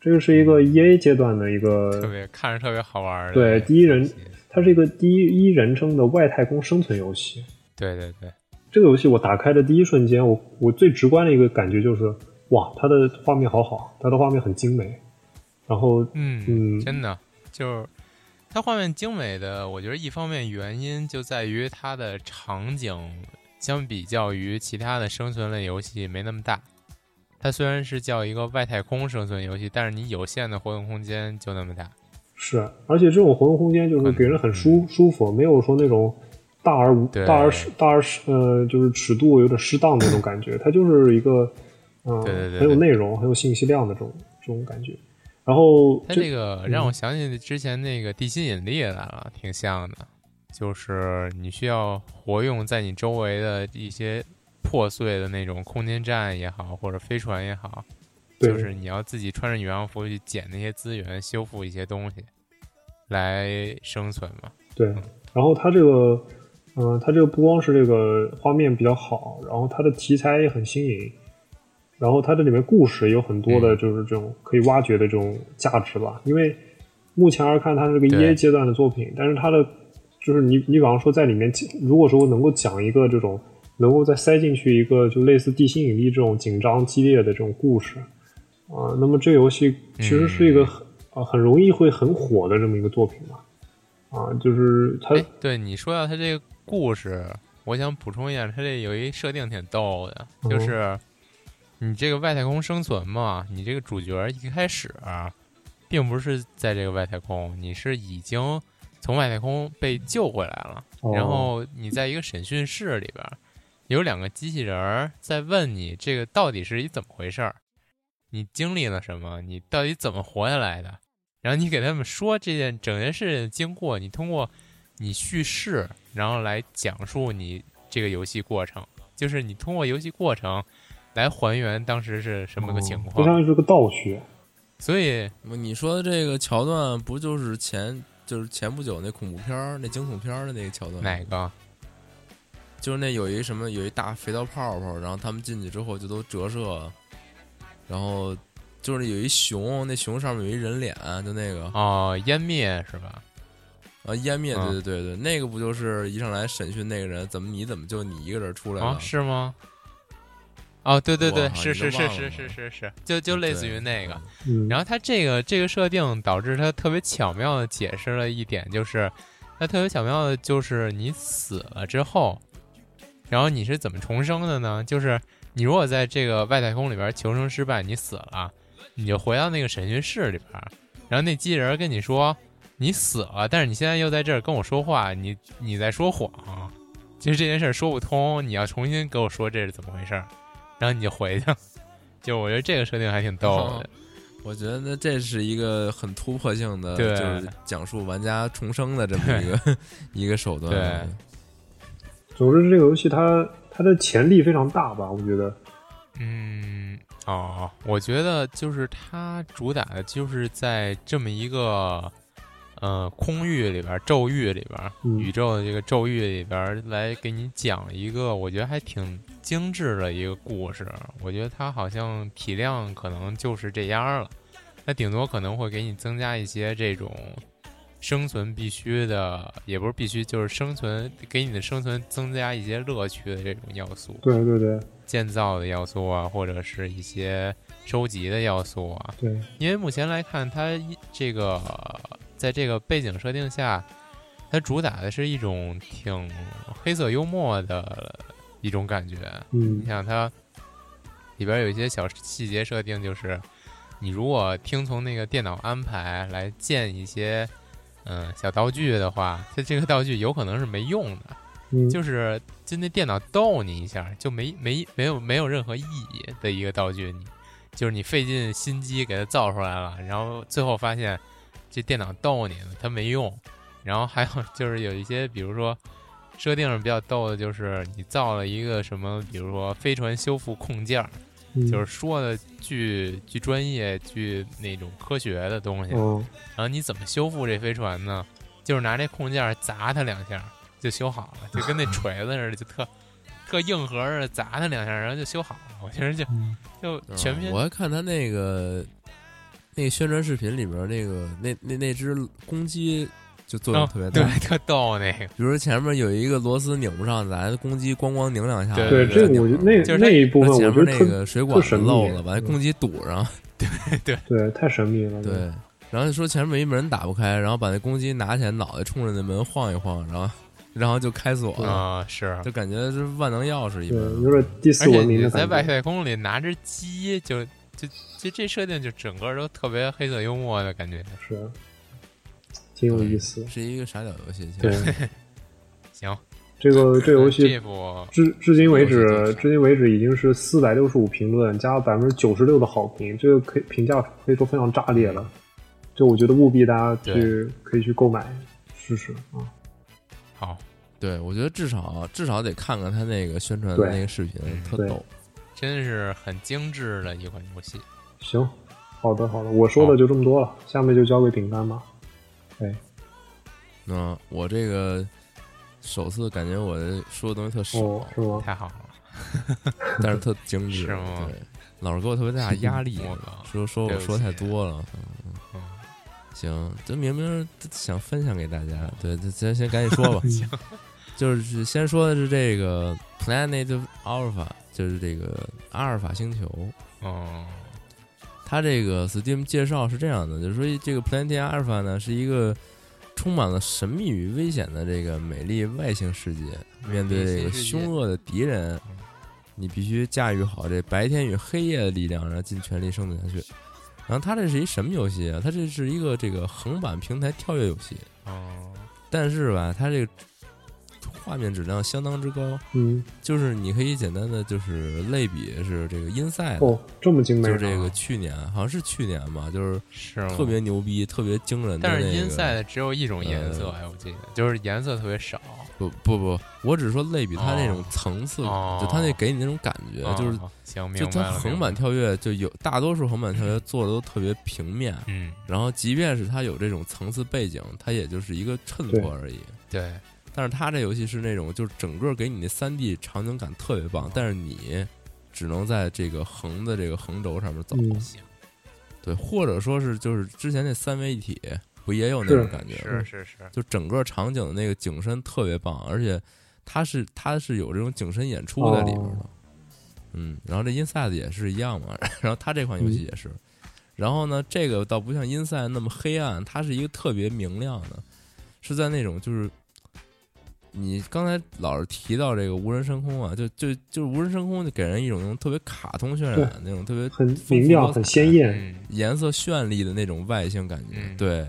[SPEAKER 3] 这个是一个 E A 阶段的一个
[SPEAKER 2] 特别看着特别好玩儿的。
[SPEAKER 3] 对第一人，它是一个第一一人称的外太空生存游戏。
[SPEAKER 2] 对对对，
[SPEAKER 3] 这个游戏我打开的第一瞬间，我我最直观的一个感觉就是，哇，它的画面好好，它的画面很精美。然后，
[SPEAKER 2] 嗯，
[SPEAKER 3] 嗯
[SPEAKER 2] 真的就是它画面精美的，我觉得一方面原因就在于它的场景相比较于其他的生存类游戏没那么大。它虽然是叫一个外太空生存游戏，但是你有限的活动空间就那么大。
[SPEAKER 3] 是，而且这种活动空间就是给人很舒、舒服，没有说那种大而无
[SPEAKER 2] 对
[SPEAKER 3] 大而大而呃，就是尺度有点适当的那种感觉。它就是一个嗯、呃
[SPEAKER 2] 对对对
[SPEAKER 3] 很有
[SPEAKER 2] 对
[SPEAKER 3] 内容、很有信息量的这种这种感觉。然后
[SPEAKER 2] 它
[SPEAKER 3] 这
[SPEAKER 2] 这个让我想起之前那个地心引力来了，挺像的，就是你需要活用在你周围的一些破碎的那种空间站也好，或者飞船也好，
[SPEAKER 3] 对
[SPEAKER 2] 就是你要自己穿着宇航服去捡那些资源，修复一些东西来生存嘛。
[SPEAKER 3] 对，然后它这个，嗯、它这个不光是这个画面比较好，然后它的题材也很新颖，然后它这里面故事也有很多的，就是这种可以挖掘的这种价值吧。因为目前而看，它是个 E
[SPEAKER 2] 对
[SPEAKER 3] A 阶段的作品，但是它的就是你你比方说在里面，如果说能够讲一个这种能够再塞进去一个就类似地心引力这种紧张激烈的这种故事，啊、那么这游戏其实是一个很、啊很容易会很火的这么一个作品嘛。啊，就是它
[SPEAKER 2] 哎，对你说到他这个故事，我想补充一下，他这有一设定挺逗的，就
[SPEAKER 3] 嗯
[SPEAKER 2] 是你这个外太空生存嘛，你这个主角一开始、啊并不是在这个外太空，你是已经从外太空被救回来了，
[SPEAKER 3] 哦
[SPEAKER 2] 然后你在一个审讯室里边儿，有两个机器人儿在问你这个到底是一怎么回事儿，你经历了什么，你到底怎么活下来的，然后你给他们说这件整件事情的经过，你通过你叙事，然后来讲述你这个游戏过程，就是你通过游戏过程来还原当时是什么个情
[SPEAKER 3] 就
[SPEAKER 2] 况，
[SPEAKER 3] 相当于是个倒叙，
[SPEAKER 2] 所以。
[SPEAKER 1] 你说的这个桥段，不就是前就是前不久那恐怖片儿、那惊悚片儿的那个桥段？
[SPEAKER 2] 哪？个？
[SPEAKER 1] 就是那有一什么有一大肥皂泡泡，然后他们进去之后就都折射，然后就是有一熊，那熊上面有一人脸，就那个
[SPEAKER 2] 哦，湮灭是吧？
[SPEAKER 1] 啊湮灭，
[SPEAKER 2] 啊
[SPEAKER 1] 对对对对，那个不就是一上来审讯那个人，怎么你怎么就你一个人出来了？
[SPEAKER 2] 啊，是吗？哦，对对对，
[SPEAKER 1] 哇
[SPEAKER 2] 是
[SPEAKER 1] 你都
[SPEAKER 2] 是是
[SPEAKER 1] 忘
[SPEAKER 2] 是
[SPEAKER 1] 了
[SPEAKER 2] 是是是，就就类似于那个。
[SPEAKER 3] 嗯，
[SPEAKER 2] 然后它这个这个设定导致它特别巧妙的解释了一点，就是它特别巧妙的就是你死了之后，然后你是怎么重生的呢？就是你如果在这个外太空里边求生失败，你死了，你就回到那个审讯室里边，然后那机器人跟你说你死了，但是你现在又在这儿跟我说话，你你在说谎，其实这件事儿说不通，你要重新给我说这是怎么回事儿，然后你就回去。 就我觉得这个设定还挺逗的，
[SPEAKER 1] 我觉得这是一个很突破性的，
[SPEAKER 2] 对
[SPEAKER 1] 就是讲述玩家重生的这么一个 一个手段。啊
[SPEAKER 2] 对
[SPEAKER 3] 总之这个游戏它它的潜力非常大吧，我觉得，
[SPEAKER 2] 嗯，哦，我觉得就是它主打的就是在这么一个呃空域里边儿、咒域里边儿、
[SPEAKER 3] 嗯
[SPEAKER 2] 宇宙的这个咒域里边儿来给你讲一个我觉得还挺精致的一个故事。我觉得它好像体量可能就是这样儿了，它顶多可能会给你增加一些这种。生存必须的，也不是必须，就是生存给你的生存增加一些乐趣的这种要素。
[SPEAKER 3] 对对对
[SPEAKER 2] 建造的要素啊，或者是一些收集的要素啊。
[SPEAKER 3] 对，
[SPEAKER 2] 因为目前来看，它一这个在这个背景设定下，它主打的是一种挺黑色幽默的一种感觉。
[SPEAKER 3] 嗯
[SPEAKER 2] 你，想它里边有一些小细节设定，就是你如果听从那个电脑安排来建一些嗯小道具的话，它这个道具有可能是没用的。
[SPEAKER 3] 嗯，
[SPEAKER 2] 就是就那电脑逗你一下，就没没没有没有任何意义的一个道具，你就是你费尽心机给它造出来了，然后最后发现这电脑逗你呢，它没用。然后还有就是有一些，比如说设定上比较逗的，就是你造了一个什么，比如说飞船修复控件儿，
[SPEAKER 3] 嗯
[SPEAKER 2] 就是说的巨巨专业、巨那种科学的东西，
[SPEAKER 3] 哦，
[SPEAKER 2] 然后你怎么修复这飞船呢？就是拿这控件儿砸它两下就修好了，就跟那锤子似的，就特特硬核似的砸它两下，然后就修好了。我觉得就
[SPEAKER 3] 嗯
[SPEAKER 2] 就
[SPEAKER 1] 对吧
[SPEAKER 2] 全篇
[SPEAKER 1] 我还看他那个那个宣传视频里边儿那个那那那只公鸡就作用
[SPEAKER 2] 嗯，
[SPEAKER 1] 特别大，
[SPEAKER 2] 对，特逗那个，
[SPEAKER 1] 比如说前面有一个螺丝拧不上，咱公鸡咣咣拧两下，
[SPEAKER 2] 对
[SPEAKER 3] 对，
[SPEAKER 1] 再
[SPEAKER 3] 这个
[SPEAKER 1] 拧
[SPEAKER 3] 我觉
[SPEAKER 1] 上
[SPEAKER 3] 得那
[SPEAKER 2] 就是
[SPEAKER 3] 那
[SPEAKER 2] 它
[SPEAKER 3] 一部分
[SPEAKER 1] 那
[SPEAKER 3] 我
[SPEAKER 1] 前
[SPEAKER 3] 觉
[SPEAKER 1] 面
[SPEAKER 3] 得
[SPEAKER 1] 那
[SPEAKER 3] 特
[SPEAKER 1] 个水
[SPEAKER 3] 特
[SPEAKER 1] 管
[SPEAKER 3] 神秘嗯
[SPEAKER 1] 漏了，把那公鸡堵上，
[SPEAKER 3] 对太神秘了。
[SPEAKER 1] 对，嗯然后就说前面一门打不开，然后把那公鸡拿起来，脑袋冲着那门晃一晃，然后然后就开锁了，
[SPEAKER 2] 啊、是，
[SPEAKER 1] 就感觉是万能钥匙一
[SPEAKER 3] 对，
[SPEAKER 1] 般。
[SPEAKER 3] 有点第四
[SPEAKER 2] 而且
[SPEAKER 3] 文明
[SPEAKER 2] 你
[SPEAKER 3] 的
[SPEAKER 2] 在
[SPEAKER 3] 感
[SPEAKER 2] 外
[SPEAKER 3] 觉。
[SPEAKER 2] 太空里拿只鸡，就就就这设定就整个都特别黑色幽默的感觉。
[SPEAKER 3] 是，挺有意思。
[SPEAKER 1] 是一个傻屌游戏，其
[SPEAKER 3] 对
[SPEAKER 1] 实，
[SPEAKER 2] 行，
[SPEAKER 3] 这个这 游
[SPEAKER 2] 这
[SPEAKER 3] 戏
[SPEAKER 2] 部
[SPEAKER 3] 至至今为
[SPEAKER 1] 这游戏
[SPEAKER 3] 止，
[SPEAKER 1] 就是
[SPEAKER 3] 至今为止已经是四百六十五评论加百分之九十六的好评，这个可以评价可以说非常炸裂了。就我觉得务必大家去可以去购买试试啊。
[SPEAKER 2] 好，
[SPEAKER 1] 对我觉得至少至少得看看他那个宣传的
[SPEAKER 3] 对
[SPEAKER 1] 那个视频，特
[SPEAKER 3] 对
[SPEAKER 1] 逗。
[SPEAKER 2] 真是很精致的一款游戏。
[SPEAKER 3] 行，好的好的，我说
[SPEAKER 2] 好
[SPEAKER 3] 的就这么多了，下面就交给饼干吧。
[SPEAKER 1] 嗯，我这个首次感觉我说的东西特少，
[SPEAKER 3] 哦，是吗？
[SPEAKER 2] 太好了，
[SPEAKER 1] 但是特精致，
[SPEAKER 2] 是吗
[SPEAKER 1] 对，老是给我特别大的压力
[SPEAKER 2] 我靠，
[SPEAKER 1] 说说
[SPEAKER 2] 啊对
[SPEAKER 1] 我
[SPEAKER 2] 不起
[SPEAKER 1] 说太多了。嗯
[SPEAKER 2] 嗯
[SPEAKER 1] 行，这明明想分享给大家，对，这咱先赶紧说吧。行，就是先说的是这个 Planet Alpha，就是这个阿尔法星球。
[SPEAKER 2] 嗯，
[SPEAKER 1] 它这个 Steam 介绍是这样的，就是说这个 Planet Alpha 呢是一个充满了神秘与危险的这个美丽外星世界，面对这个凶恶的敌人
[SPEAKER 2] 嗯，
[SPEAKER 1] 你必须驾驭好这白天与黑夜的力量，然后尽全力生存下去。然后它这是一什么游戏啊？它这是一个这个横版平台跳跃游戏，
[SPEAKER 2] 嗯，
[SPEAKER 1] 但是吧，它这个画面质量相当之高，
[SPEAKER 3] 嗯，
[SPEAKER 1] 就是你可以简单的就是类比是这个 Inside，、
[SPEAKER 3] 哦，这么精美
[SPEAKER 1] 就
[SPEAKER 3] 啊，
[SPEAKER 1] 是这个去年好像是去年吧，就是
[SPEAKER 2] 是吗
[SPEAKER 1] 特别。牛逼、特别惊人的、
[SPEAKER 2] 但
[SPEAKER 1] 那
[SPEAKER 2] 是
[SPEAKER 1] 个。呃
[SPEAKER 2] Inside 只有一种颜色，哎，我记得就是颜色特别少。
[SPEAKER 1] 不不不，我只是说类比它那种层次感，
[SPEAKER 2] 哦
[SPEAKER 1] 就它那给你那种感觉，
[SPEAKER 2] 嗯
[SPEAKER 1] 就是
[SPEAKER 2] 行，明
[SPEAKER 1] 就
[SPEAKER 2] 白
[SPEAKER 1] 它
[SPEAKER 2] 了。
[SPEAKER 1] 横
[SPEAKER 2] 明白
[SPEAKER 1] 版
[SPEAKER 2] 了，
[SPEAKER 1] 跳跃就有大多数横版跳跃做的都特别平面，
[SPEAKER 2] 嗯，
[SPEAKER 1] 然后即便是它有这种层次背景，它也就是一个衬
[SPEAKER 3] 对
[SPEAKER 1] 托而已。
[SPEAKER 2] 对，
[SPEAKER 1] 但是它这游戏是那种就是整个给你那三 D 场景感特别棒，但是你只能在这个横的这个横轴上面走，
[SPEAKER 3] 嗯
[SPEAKER 2] 行，
[SPEAKER 1] 对，或者说是就是之前那三位一体不也有那种
[SPEAKER 3] 是
[SPEAKER 1] 感觉吗？
[SPEAKER 2] 是是是，
[SPEAKER 1] 就整个场景的那个景深特别棒，而且它是它是有这种景深演出在里边的，
[SPEAKER 3] 哦
[SPEAKER 1] 嗯，然后这 Inside 也是一样嘛， 然后它这款游
[SPEAKER 3] 嗯
[SPEAKER 1] 戏也是，然后呢，这个倒不像 Inside 那么黑暗，它是一个特别明亮的，是在那种就是你刚才老是提到这个无人升空啊，就就就是无人升空就给人一种那种特别卡通渲
[SPEAKER 3] 对
[SPEAKER 1] 染那种特别
[SPEAKER 3] 很
[SPEAKER 1] 丰
[SPEAKER 3] 明
[SPEAKER 1] 富
[SPEAKER 3] 亮，
[SPEAKER 1] 多
[SPEAKER 3] 很
[SPEAKER 1] 彩
[SPEAKER 3] 鲜艳。
[SPEAKER 2] 嗯
[SPEAKER 1] 颜色绚丽的那种外星感觉。
[SPEAKER 2] 嗯
[SPEAKER 1] 对，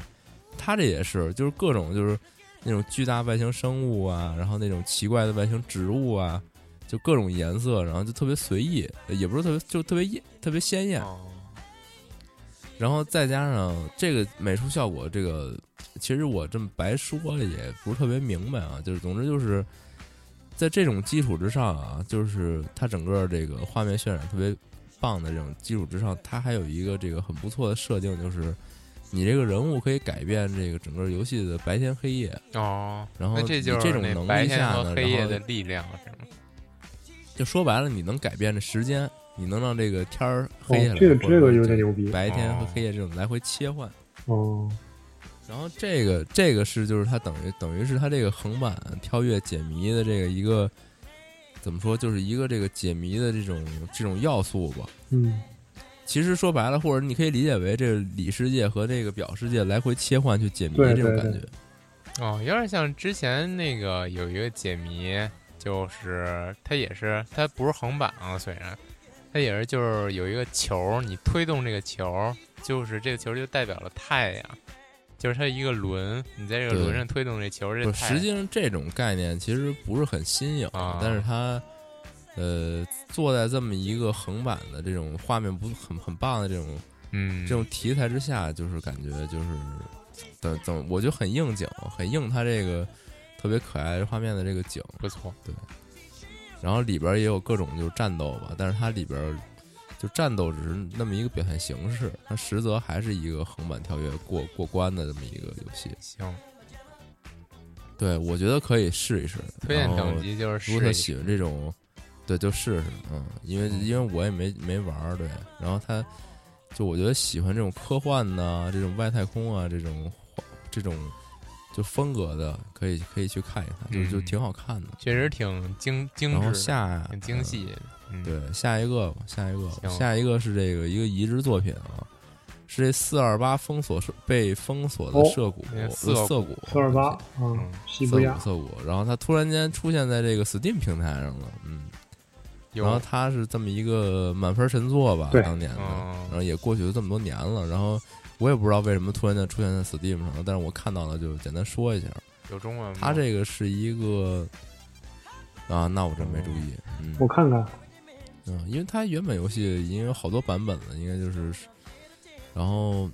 [SPEAKER 1] 它这也是，就是各种就是那种巨大外星生物啊，然后那种奇怪的外星植物啊，就各种颜色，然后就特别随意，也不是特别，就特别艳，特别鲜艳。
[SPEAKER 2] 哦
[SPEAKER 1] 然后再加上这个美术效果，这个其实我这么白说也不是特别明白啊，就是总之就是在这种基础之上啊，就是它整个这个画面渲染特别棒的这种基础之上，它还有一个这个很不错的设定，就是你这个人物可以改变这个整个游戏的白天黑夜，
[SPEAKER 2] 哦，
[SPEAKER 1] 然后
[SPEAKER 2] 那这
[SPEAKER 1] 你
[SPEAKER 2] 就是
[SPEAKER 1] 这种
[SPEAKER 2] 那
[SPEAKER 1] 能
[SPEAKER 2] 白
[SPEAKER 1] 力
[SPEAKER 2] 天
[SPEAKER 1] 下
[SPEAKER 2] 和
[SPEAKER 1] 呢
[SPEAKER 2] 黑
[SPEAKER 1] 然
[SPEAKER 2] 夜
[SPEAKER 1] 后
[SPEAKER 2] 的力量是吗？
[SPEAKER 1] 就说白了，你能改变这时间，你能让这个天儿黑下来，
[SPEAKER 3] 哦这个
[SPEAKER 1] 或者
[SPEAKER 3] 这个
[SPEAKER 1] 是
[SPEAKER 3] 有点牛逼
[SPEAKER 1] 白天和
[SPEAKER 2] 哦
[SPEAKER 1] 黑夜这种来回切换。
[SPEAKER 3] 哦，
[SPEAKER 1] 然后这个这个是就是它等于等于是它这个横版跳跃解谜的这个一个怎么说，就是一个这个解谜的这种这种要素吧。
[SPEAKER 3] 嗯，
[SPEAKER 1] 其实说白了，或者你可以理解为这个里世界和这个表世界来回切换去解谜
[SPEAKER 3] 对
[SPEAKER 1] 这种
[SPEAKER 3] 对
[SPEAKER 1] 感
[SPEAKER 3] 对
[SPEAKER 1] 觉。
[SPEAKER 2] 哦，有点像之前那个有一个解谜，就是它也是它不是横版啊，虽然它也是就是有一个球，你推动这个球，就是这个球就代表了太阳，就是它一个轮，你在这个
[SPEAKER 1] 对
[SPEAKER 2] 轮上推动这球，这
[SPEAKER 1] 不，
[SPEAKER 2] 太
[SPEAKER 1] 实
[SPEAKER 2] 阳
[SPEAKER 1] 际上这种概念其实不是很新颖，
[SPEAKER 2] 啊
[SPEAKER 1] 但是它呃坐在这么一个横版的这种画面不很很棒的这种
[SPEAKER 2] 嗯，
[SPEAKER 1] 这种题材之下，就是感觉就是怎怎，我觉得很应景，很应它这个特别可爱画面的这个景。
[SPEAKER 2] 不错，
[SPEAKER 1] 然后里边也有各种就是战斗吧，但是它里边就战斗只是那么一个表现形式，它实则还是一个横版跳跃过过关的这么一个游戏。
[SPEAKER 2] 行，
[SPEAKER 1] 对，我觉得可以试一试。
[SPEAKER 2] 推荐
[SPEAKER 1] 然后
[SPEAKER 2] 等级就是
[SPEAKER 1] 如果
[SPEAKER 2] 试
[SPEAKER 1] 他
[SPEAKER 2] 一
[SPEAKER 1] 喜
[SPEAKER 2] 试嗯
[SPEAKER 1] 欢这种，对，就试试，嗯，因为因为我也没没玩儿，对，然后他就我觉得喜欢这种科幻呐、这种外太空啊、这种这种就风格的，可以可以去看一看，就、
[SPEAKER 2] 嗯
[SPEAKER 1] 就挺好看的。
[SPEAKER 2] 确实挺精精
[SPEAKER 1] 然后
[SPEAKER 2] 致的，
[SPEAKER 1] 下
[SPEAKER 2] 挺精细的。嗯，
[SPEAKER 1] 对，下一个吧，下一个吧，
[SPEAKER 2] 行
[SPEAKER 1] 下一个是这个一个移植作品啊，是这四二八封锁社被封锁的
[SPEAKER 3] 哦
[SPEAKER 1] 涉谷，
[SPEAKER 2] 那
[SPEAKER 1] 呃
[SPEAKER 2] 涩
[SPEAKER 1] 涩
[SPEAKER 2] 谷
[SPEAKER 1] 谷，
[SPEAKER 3] 四二八，嗯，西伯利亚
[SPEAKER 1] 涩谷，涩谷，然后它突然间出现在这个 Steam 平台上了，嗯，然后
[SPEAKER 2] 有
[SPEAKER 1] 它是这么一个满分神作吧，
[SPEAKER 3] 对
[SPEAKER 1] 当年的，
[SPEAKER 2] 嗯
[SPEAKER 1] 然后也过去了这么多年了，然后我也不知道为什么突然间出现在 Steam 上了，但是我看到了就简单说一下，
[SPEAKER 2] 有中文吗？
[SPEAKER 1] 它这个是一个啊，那我真没注意，嗯，
[SPEAKER 3] 我看看，
[SPEAKER 1] 嗯，因为它原本游戏已经有好多版本了，应该就是，然后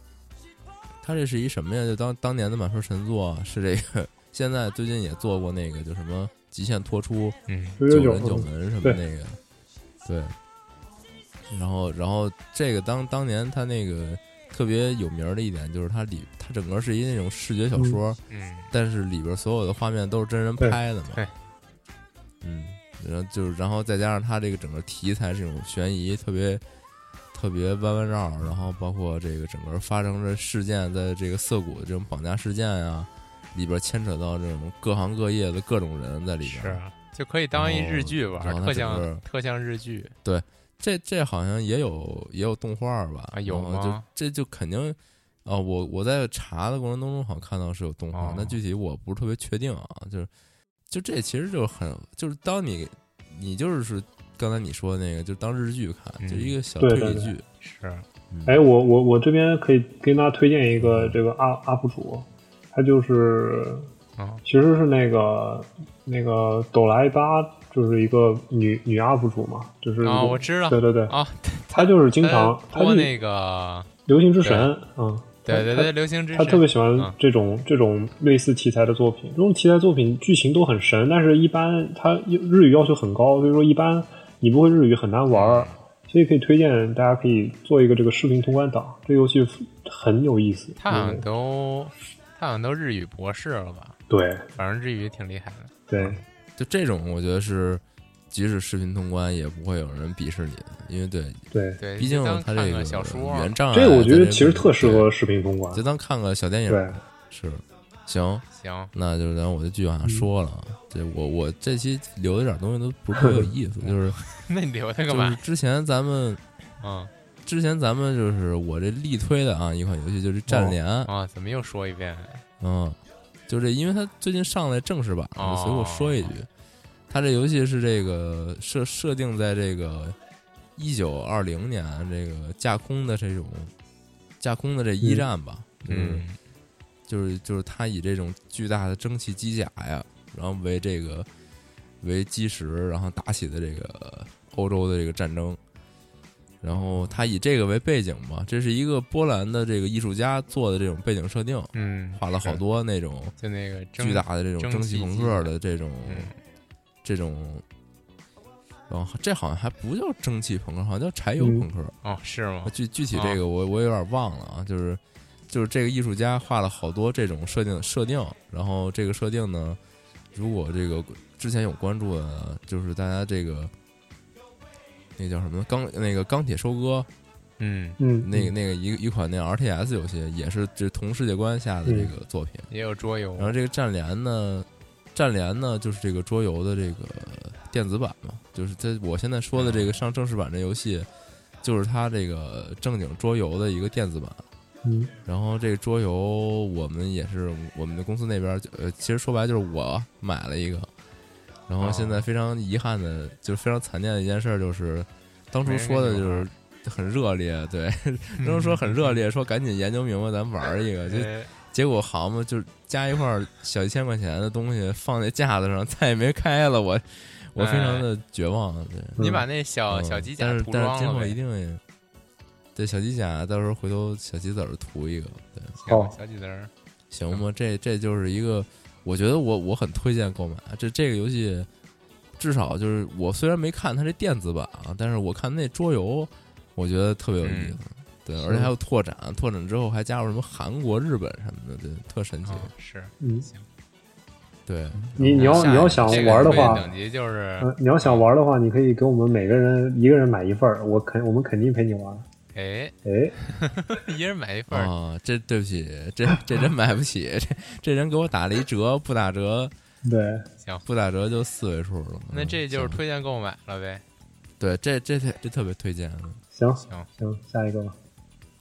[SPEAKER 1] 它这是一什么呀？就当当年的满分神作啊是这个， 现在最近也做过那个，就什么极限脱出、
[SPEAKER 2] 嗯
[SPEAKER 3] 九
[SPEAKER 1] 九
[SPEAKER 3] 九
[SPEAKER 1] 人
[SPEAKER 3] 九，
[SPEAKER 1] 九
[SPEAKER 3] 嗯
[SPEAKER 1] 门什么
[SPEAKER 3] 对
[SPEAKER 1] 那个，对。然后，然后这个当当年它那个特别有名儿的一点就是它里它整个是一那种视觉小说，
[SPEAKER 2] 嗯，
[SPEAKER 1] 但是里边所有的画面都是真人拍的嘛。
[SPEAKER 2] 对对
[SPEAKER 1] 嗯，然后就是，然后再加上它这个整个题材这种悬疑特别特别弯弯绕，然后包括这个整个发生的事件，在这个涩谷的这种绑架事件啊，里边牵扯到这种各行各业的各种人在里边。
[SPEAKER 2] 是啊，就可以当一日剧玩
[SPEAKER 1] 哦然后，它
[SPEAKER 2] 特
[SPEAKER 1] 整个
[SPEAKER 2] 像特像日剧
[SPEAKER 1] 这这好像也有也有动画儿吧？
[SPEAKER 2] 啊有
[SPEAKER 1] 然后
[SPEAKER 2] 吗
[SPEAKER 1] 就这就肯定啊、我我在查的过程当中好像看到是有动画，
[SPEAKER 2] 哦
[SPEAKER 1] 但具体我不是特别确定啊。就是就这其实就是很就是当你你就是刚才你说的那个，就是当日剧看，
[SPEAKER 2] 嗯
[SPEAKER 1] 就一个小
[SPEAKER 3] 对
[SPEAKER 1] 推
[SPEAKER 3] 对
[SPEAKER 1] 理
[SPEAKER 3] 对
[SPEAKER 1] 剧。
[SPEAKER 2] 是
[SPEAKER 3] 哎，我我我这边可以跟大家推荐一个这个 UP UP 主，他就是
[SPEAKER 2] 嗯
[SPEAKER 3] 其实是那个那个抖来吧，就是一个女女 UP 主嘛，就是
[SPEAKER 2] 啊，我知道
[SPEAKER 3] 对对对，
[SPEAKER 2] 啊，
[SPEAKER 3] 她就是呃经常她
[SPEAKER 2] 播
[SPEAKER 3] 就
[SPEAKER 2] 那个，
[SPEAKER 3] 流行之神，嗯，
[SPEAKER 2] 对对
[SPEAKER 3] 她
[SPEAKER 2] 对，流行之
[SPEAKER 3] 他
[SPEAKER 2] 神，
[SPEAKER 3] 特别喜
[SPEAKER 2] 嗯
[SPEAKER 3] 欢这种、这种类似题材的作品，这种题材作品剧情都很神，但是一般他日语要求很高，所以说一般你不会日语很难玩儿，所以可以推荐大家可以做一个这个视频通关档，这个游戏很有意思。
[SPEAKER 2] 他好像
[SPEAKER 3] 嗯
[SPEAKER 2] 都他好像都日语博士了吧？
[SPEAKER 3] 对
[SPEAKER 2] 反正日语挺厉害的。
[SPEAKER 3] 对
[SPEAKER 1] 就这种，我觉得是即使视频通关也不会有人鄙视你的，因为对，
[SPEAKER 3] 对，
[SPEAKER 2] 对，
[SPEAKER 1] 毕竟
[SPEAKER 2] 哎就当
[SPEAKER 1] 它
[SPEAKER 2] 看
[SPEAKER 1] 这
[SPEAKER 2] 个
[SPEAKER 1] 个
[SPEAKER 2] 小说
[SPEAKER 1] 原障碍在
[SPEAKER 3] 这
[SPEAKER 1] 这
[SPEAKER 3] 个
[SPEAKER 1] 里，
[SPEAKER 3] 我觉得其实特适合
[SPEAKER 1] 对，
[SPEAKER 3] 视频通关。
[SPEAKER 1] 就当看个小电影
[SPEAKER 3] 对，
[SPEAKER 1] 是行。
[SPEAKER 2] 行，
[SPEAKER 1] 那就是咱我就继续往下说了。啊，这我我这期留的点东西都不是特别有意思，就是
[SPEAKER 2] 那你留它干
[SPEAKER 1] 就是
[SPEAKER 2] 嘛？
[SPEAKER 1] 之前咱们
[SPEAKER 2] 嗯
[SPEAKER 1] 之前咱们就是我这力推的啊一款游戏就是《战联》，
[SPEAKER 2] 啊，怎么又说一遍？
[SPEAKER 1] 嗯，就这，因为它最近上了正式版，
[SPEAKER 2] 哦
[SPEAKER 1] 所以我说一句，它这游戏是这个设设定在这个一九二零年这个架空的这种架空的这一战吧，就是。
[SPEAKER 2] 嗯
[SPEAKER 1] 就是就是它以这种巨大的蒸汽机甲呀，然后为这个为基石，然后打起的这个欧洲的这个战争。然后它以这个为背景嘛，这是一个波兰的这个艺术家做的这种背景设定，
[SPEAKER 2] 嗯，
[SPEAKER 1] 画了好
[SPEAKER 2] 是，
[SPEAKER 1] 多那种
[SPEAKER 2] 就那个
[SPEAKER 1] 巨，大的这种
[SPEAKER 2] 蒸
[SPEAKER 1] 蒸汽
[SPEAKER 2] 汽
[SPEAKER 1] 朋
[SPEAKER 2] 机
[SPEAKER 1] 克的这种
[SPEAKER 2] 嗯，
[SPEAKER 1] 这种，然后这好像还不叫蒸汽朋克，好像叫柴油
[SPEAKER 3] 嗯
[SPEAKER 1] 朋克。
[SPEAKER 2] 哦，是吗？
[SPEAKER 1] 具具体这个我我有点忘了啊，就是就是这个艺术家画了好多这种设定设定，然后这个设定呢，如果这个之前有关注的，就是大家这个那叫什么钢那个钢铁收割
[SPEAKER 2] 嗯，
[SPEAKER 3] 嗯，
[SPEAKER 1] 那个那个一一款那个 RTS 游戏，也是这同世界观下的这个作品。
[SPEAKER 2] 也有桌游
[SPEAKER 1] 然，后这个战联呢，战联呢就是这个桌游的这个电子版嘛，就是这我现在说的这个上正式版这游戏，就是它这个正经桌游的一个电子版。
[SPEAKER 3] 嗯
[SPEAKER 1] 然后这个桌游我们也是我们的公司那边儿，呃，其实说白了就是我买了一个，然后现在非常遗憾的，就是非常残念的一件事儿就是，当初说的就是很热烈，对，当初说很热烈，说赶紧研究明白咱玩儿一个，就
[SPEAKER 2] 哎
[SPEAKER 1] 结果好嘛，就是加一块儿小一千块钱的东西放在架子上，再也没开了，我我非常的绝望。对，
[SPEAKER 2] 你把那小
[SPEAKER 1] 嗯
[SPEAKER 2] 哦小机甲
[SPEAKER 1] 但是
[SPEAKER 2] 涂
[SPEAKER 1] 但
[SPEAKER 2] 装
[SPEAKER 1] 是今
[SPEAKER 2] 了
[SPEAKER 1] 后
[SPEAKER 2] 呗
[SPEAKER 1] 一定也对小机甲，到时候回头小鸡子儿涂一个，对，
[SPEAKER 2] 行
[SPEAKER 3] 哦
[SPEAKER 2] 小机子儿，
[SPEAKER 1] 行
[SPEAKER 2] 嗯
[SPEAKER 1] 吗？这这就是一个，我觉得我我很推荐购买这这个游戏，至少就是我虽然没看它这电子版啊，但是我看那桌游，我觉得特别有意思。
[SPEAKER 2] 嗯
[SPEAKER 1] 对，而且还有拓展，拓展之后还加入什么韩国、日本什么的，对，特神奇。
[SPEAKER 2] 嗯是
[SPEAKER 3] 嗯，
[SPEAKER 1] 对，
[SPEAKER 3] 你你要
[SPEAKER 1] 下一
[SPEAKER 3] 你要
[SPEAKER 1] 个
[SPEAKER 3] 想
[SPEAKER 2] 这个
[SPEAKER 3] 玩的
[SPEAKER 2] 推荐
[SPEAKER 3] 话，嗯
[SPEAKER 2] 等级就是
[SPEAKER 3] 嗯，你要想玩的话，你可以给我们每个人一个人买一份儿，我肯我们肯定陪你玩。
[SPEAKER 2] 哎哎，
[SPEAKER 3] 哎，
[SPEAKER 2] 一人买一份儿，
[SPEAKER 1] 啊，这对不起，这这人买不起，这这人给我打了一折，不打折
[SPEAKER 3] 对，
[SPEAKER 2] 行，
[SPEAKER 1] 不打折就四位数了。
[SPEAKER 2] 那
[SPEAKER 1] 嗯
[SPEAKER 2] 这就是
[SPEAKER 1] 行
[SPEAKER 2] 推荐购买了呗。
[SPEAKER 1] 对，这这特这特别推荐。嗯
[SPEAKER 3] 行
[SPEAKER 2] 行
[SPEAKER 3] 行，下一个吧。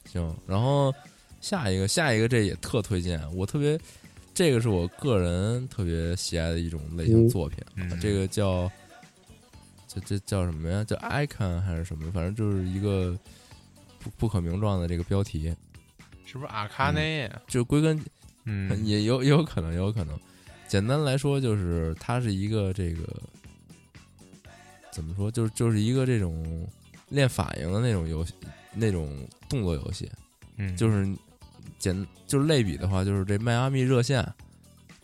[SPEAKER 1] 行，然后下一个，下一个这也特推荐，我特别，这个是我个人特别喜爱的一种类型
[SPEAKER 3] 嗯
[SPEAKER 1] 作品，
[SPEAKER 2] 嗯
[SPEAKER 1] 这个叫，这这叫什么呀？叫 icon 还是什么？反正就是一个不不可名状的这个标题，
[SPEAKER 2] 是不是阿卡内呀？
[SPEAKER 1] 就归根
[SPEAKER 2] 嗯
[SPEAKER 1] 也有也有可能，也有可能。简单来说，就是它是一个这个怎么说，就是就是一个这种练反应的那种游戏，那种动作游戏。
[SPEAKER 2] 嗯，
[SPEAKER 1] 就是简就是类比的话，就是这迈阿密热线，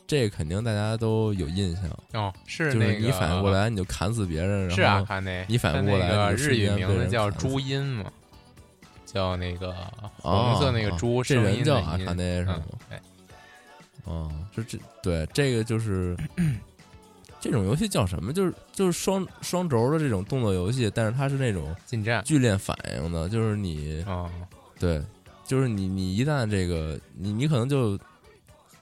[SPEAKER 1] 这肯定大家都有印象，
[SPEAKER 2] 哦，是
[SPEAKER 1] 就
[SPEAKER 2] 那
[SPEAKER 1] 是
[SPEAKER 2] 个
[SPEAKER 1] 你反应过来你就砍死别人，
[SPEAKER 2] 是啊
[SPEAKER 1] 然
[SPEAKER 2] 阿
[SPEAKER 1] 后
[SPEAKER 2] 卡内，
[SPEAKER 1] 你反应过来
[SPEAKER 2] 它那个
[SPEAKER 1] 你就
[SPEAKER 2] 日
[SPEAKER 1] 瞬
[SPEAKER 2] 语
[SPEAKER 1] 间被
[SPEAKER 2] 名字
[SPEAKER 1] 人
[SPEAKER 2] 叫
[SPEAKER 1] 砍死
[SPEAKER 2] 朱音嘛，叫那个
[SPEAKER 1] 哦
[SPEAKER 2] 红色那个
[SPEAKER 1] 哦
[SPEAKER 2] 猪，
[SPEAKER 1] 这
[SPEAKER 2] 声
[SPEAKER 1] 人
[SPEAKER 2] 音
[SPEAKER 1] 叫
[SPEAKER 2] 的
[SPEAKER 1] 阿
[SPEAKER 2] 音
[SPEAKER 1] 卡内是吗？
[SPEAKER 2] 嗯对
[SPEAKER 1] 哦，就这对这个就是这种游戏叫什么？就是就是双双轴的这种动作游戏，但是它是那种
[SPEAKER 2] 近战
[SPEAKER 1] 剧烈反应的，就是你
[SPEAKER 2] 哦，
[SPEAKER 1] 对，就是你你一旦这个你你可能就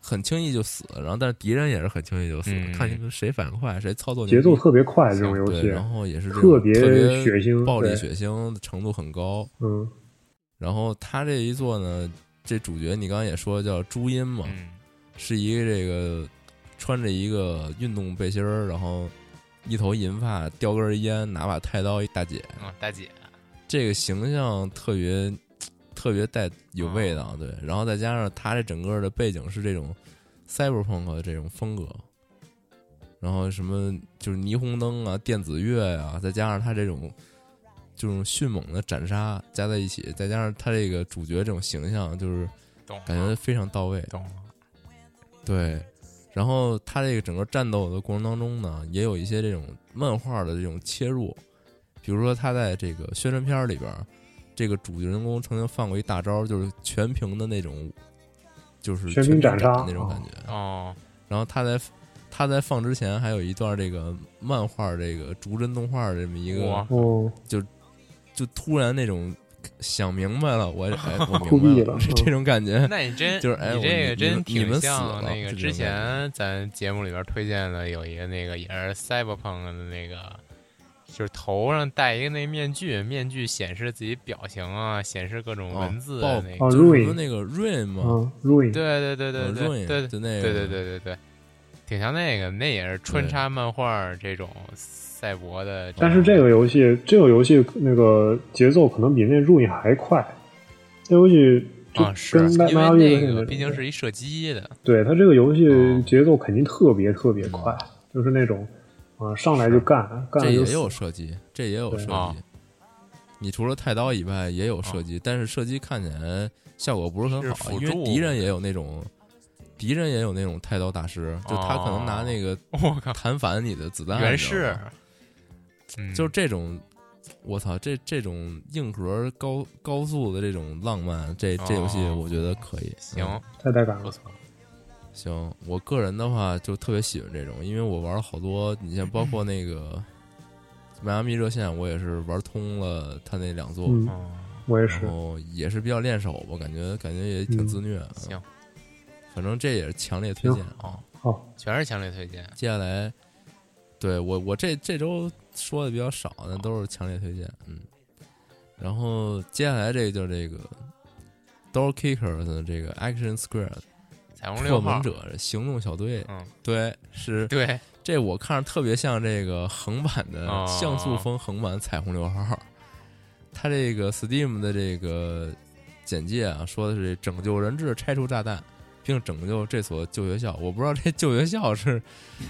[SPEAKER 1] 很轻易就死，然后但是敌人也是很轻易就死，
[SPEAKER 2] 嗯
[SPEAKER 1] 看你们谁反应快，谁操作
[SPEAKER 3] 节奏
[SPEAKER 1] 牛逼
[SPEAKER 3] 特别快，这种游
[SPEAKER 1] 对，
[SPEAKER 3] 戏，
[SPEAKER 1] 然后也是这种
[SPEAKER 3] 特
[SPEAKER 1] 别
[SPEAKER 3] 别血腥
[SPEAKER 1] 暴力
[SPEAKER 3] 对
[SPEAKER 1] 血腥的程度很高。
[SPEAKER 3] 嗯，
[SPEAKER 1] 然后他这一做呢，这主角你刚刚也说叫朱茵嘛，
[SPEAKER 2] 嗯
[SPEAKER 1] 是一个这个穿着一个运动背心儿，然后一头银发，叼根烟，拿把太刀一大姐，
[SPEAKER 2] 嗯，大姐，
[SPEAKER 1] 这个形象特别特别带有味道，对。然后再加上他这整个的背景是这种 cyberpunk 的这种风格，然后什么就是霓虹灯啊、电子乐呀、再加上他这种这种迅猛的斩杀加在一起，再加上他这个主角这种形象，就是
[SPEAKER 2] 懂了
[SPEAKER 1] 感觉非常到位。
[SPEAKER 2] 懂了，
[SPEAKER 1] 对，然后它这个整个战斗的过程当中呢，也有一些这种漫画的这种切入，比如说他在这个宣传片儿里边儿，这个主人公曾经放过一大招，就是全屏的那种，就是
[SPEAKER 3] 全
[SPEAKER 1] 屏
[SPEAKER 3] 屏斩杀啊
[SPEAKER 1] 的那种感觉。
[SPEAKER 2] 哦，
[SPEAKER 1] 然后他在他在放之前还有一段这个漫画这个逐帧动画这么一个
[SPEAKER 2] 哇，
[SPEAKER 3] 哦，
[SPEAKER 1] 就突然那种想明白了，我 哎我
[SPEAKER 3] 酷
[SPEAKER 1] 明
[SPEAKER 3] 毙
[SPEAKER 1] 白了
[SPEAKER 3] 了
[SPEAKER 1] 这 这种感觉。
[SPEAKER 2] 那你真
[SPEAKER 1] 就是哎
[SPEAKER 2] 你
[SPEAKER 1] 我
[SPEAKER 2] 这
[SPEAKER 1] 你
[SPEAKER 2] 个真
[SPEAKER 1] 你们
[SPEAKER 2] 挺像
[SPEAKER 1] 死了
[SPEAKER 2] 那个
[SPEAKER 1] 就这
[SPEAKER 2] 之
[SPEAKER 1] 种感
[SPEAKER 2] 前咱节目里边推荐的有一个那个也是 cyberpunk 的那个，就是头上戴一个那面具，面具显示自己表情啊，显示各种
[SPEAKER 1] 哦
[SPEAKER 2] 文字
[SPEAKER 1] 爆
[SPEAKER 2] 的那个。
[SPEAKER 3] 哦
[SPEAKER 1] 就是什么
[SPEAKER 3] Ruin
[SPEAKER 1] 那个 Rain 嘛，
[SPEAKER 3] 嗯，Ruin，
[SPEAKER 2] 对对对对
[SPEAKER 1] 呃
[SPEAKER 2] 对
[SPEAKER 1] Ruin，
[SPEAKER 2] 对
[SPEAKER 1] 就那个
[SPEAKER 2] 对对对对对，挺像那个，那也是穿插漫画这种赛博的。
[SPEAKER 3] 但是这个游戏，这个游戏那个节奏可能比那 Ruin 还快。这游戏就
[SPEAKER 2] 啊，是
[SPEAKER 3] 跟迈
[SPEAKER 2] 因
[SPEAKER 3] 迈阿密
[SPEAKER 2] 为那
[SPEAKER 3] 热线
[SPEAKER 2] 个
[SPEAKER 3] 的
[SPEAKER 2] 毕竟是一射击的，
[SPEAKER 3] 对它这个游
[SPEAKER 1] 哦
[SPEAKER 3] 戏节奏肯定特别特别快，就是那种啊上来就干，干
[SPEAKER 1] 这
[SPEAKER 3] 了就
[SPEAKER 1] 也
[SPEAKER 3] 死
[SPEAKER 1] 有射击，这也有
[SPEAKER 3] 对
[SPEAKER 1] 射
[SPEAKER 2] 啊
[SPEAKER 1] 击。你除了太刀以外，也有射击，但是射击看起来效果不是很
[SPEAKER 2] 是
[SPEAKER 1] 好，
[SPEAKER 2] 辅
[SPEAKER 1] 因为
[SPEAKER 2] 助
[SPEAKER 1] 敌人也有那种，敌人也有那种太刀大师，就他可能拿那个
[SPEAKER 2] 我靠，
[SPEAKER 1] 弹反你的子弹。
[SPEAKER 2] 哦啊原
[SPEAKER 1] 你知道
[SPEAKER 2] 是
[SPEAKER 1] 吗，
[SPEAKER 2] 嗯
[SPEAKER 1] 就是这种，我操，这这种硬核高高速的这种浪漫，这这游戏
[SPEAKER 2] 哦
[SPEAKER 1] 我觉得可以。
[SPEAKER 2] 行
[SPEAKER 1] 嗯
[SPEAKER 3] 太带感
[SPEAKER 2] 不
[SPEAKER 3] 了。
[SPEAKER 2] 错，
[SPEAKER 1] 行，我个人的话就特别喜欢这种，因为我玩了好多，你像包括那个迈阿密热线，我也是玩通了他那两座，
[SPEAKER 3] 嗯，
[SPEAKER 2] 嗯。
[SPEAKER 3] 我也是
[SPEAKER 1] 然。后也是比较练手吧，感觉感觉也挺自虐。嗯
[SPEAKER 2] 行，
[SPEAKER 1] 反正这也是强烈推荐啊。
[SPEAKER 3] 好，
[SPEAKER 2] 全是强烈推荐。
[SPEAKER 1] 接下来，对我我这这周说的比较少，那都是强烈推荐，嗯。然后接下来这个就是这个 Door Kicker 的这个 Action Square
[SPEAKER 2] 彩虹
[SPEAKER 1] 破
[SPEAKER 2] 六
[SPEAKER 1] 门
[SPEAKER 2] 号，
[SPEAKER 1] 者行动小队，
[SPEAKER 2] 嗯，
[SPEAKER 1] 对，是
[SPEAKER 2] 对，
[SPEAKER 1] 这我看着特别像这个横版的
[SPEAKER 2] 哦
[SPEAKER 1] 像素风横版彩虹六号，它这个 Steam 的这个简介啊，说的是拯救人质，拆除炸弹，并拯救这所旧学校。我不知道这旧学校是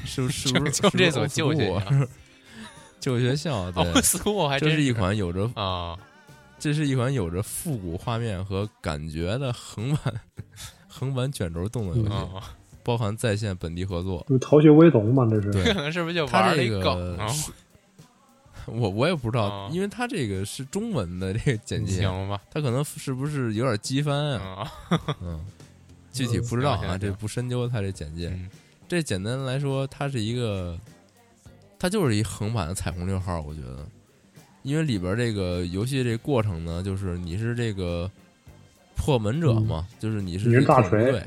[SPEAKER 1] 是不是是不是
[SPEAKER 2] 拯救这所
[SPEAKER 1] 是不是
[SPEAKER 2] 旧学
[SPEAKER 1] old
[SPEAKER 2] 校
[SPEAKER 1] school 啊旧学校，
[SPEAKER 2] 哦
[SPEAKER 1] 对，
[SPEAKER 2] ，school 还
[SPEAKER 1] 这
[SPEAKER 2] 真
[SPEAKER 1] 是一款有着
[SPEAKER 2] 啊，
[SPEAKER 1] 这是一款有着复古画面和感觉的横版 横版卷轴动作游戏，
[SPEAKER 2] 嗯，
[SPEAKER 1] 包含在线本地合作。
[SPEAKER 3] 就逃学威龙嘛，这是
[SPEAKER 1] 对
[SPEAKER 2] 可能是不是就
[SPEAKER 1] 他
[SPEAKER 2] 玩了
[SPEAKER 1] 这
[SPEAKER 2] 一
[SPEAKER 1] 个
[SPEAKER 2] 梗？啊
[SPEAKER 1] 是 嗯我我也不知道
[SPEAKER 2] 哦，
[SPEAKER 1] 因为它这个是中文的这个简介，
[SPEAKER 2] 行吧，
[SPEAKER 1] 它可能是不是有点机翻啊？
[SPEAKER 2] 嗯，
[SPEAKER 1] 嗯，具体不知道
[SPEAKER 2] 行
[SPEAKER 1] 啊，
[SPEAKER 2] 行
[SPEAKER 1] 这
[SPEAKER 2] 行
[SPEAKER 1] 不深究它这简介
[SPEAKER 2] 嗯。
[SPEAKER 1] 这简单来说，它是一个，它就是一横版的彩虹六号，我觉得。因为里边这个游戏这过程呢，就是你是这个破门者嘛，就是你是
[SPEAKER 3] 嗯你是
[SPEAKER 1] 这个
[SPEAKER 3] 大
[SPEAKER 1] 恐怖
[SPEAKER 3] 锤
[SPEAKER 1] 队，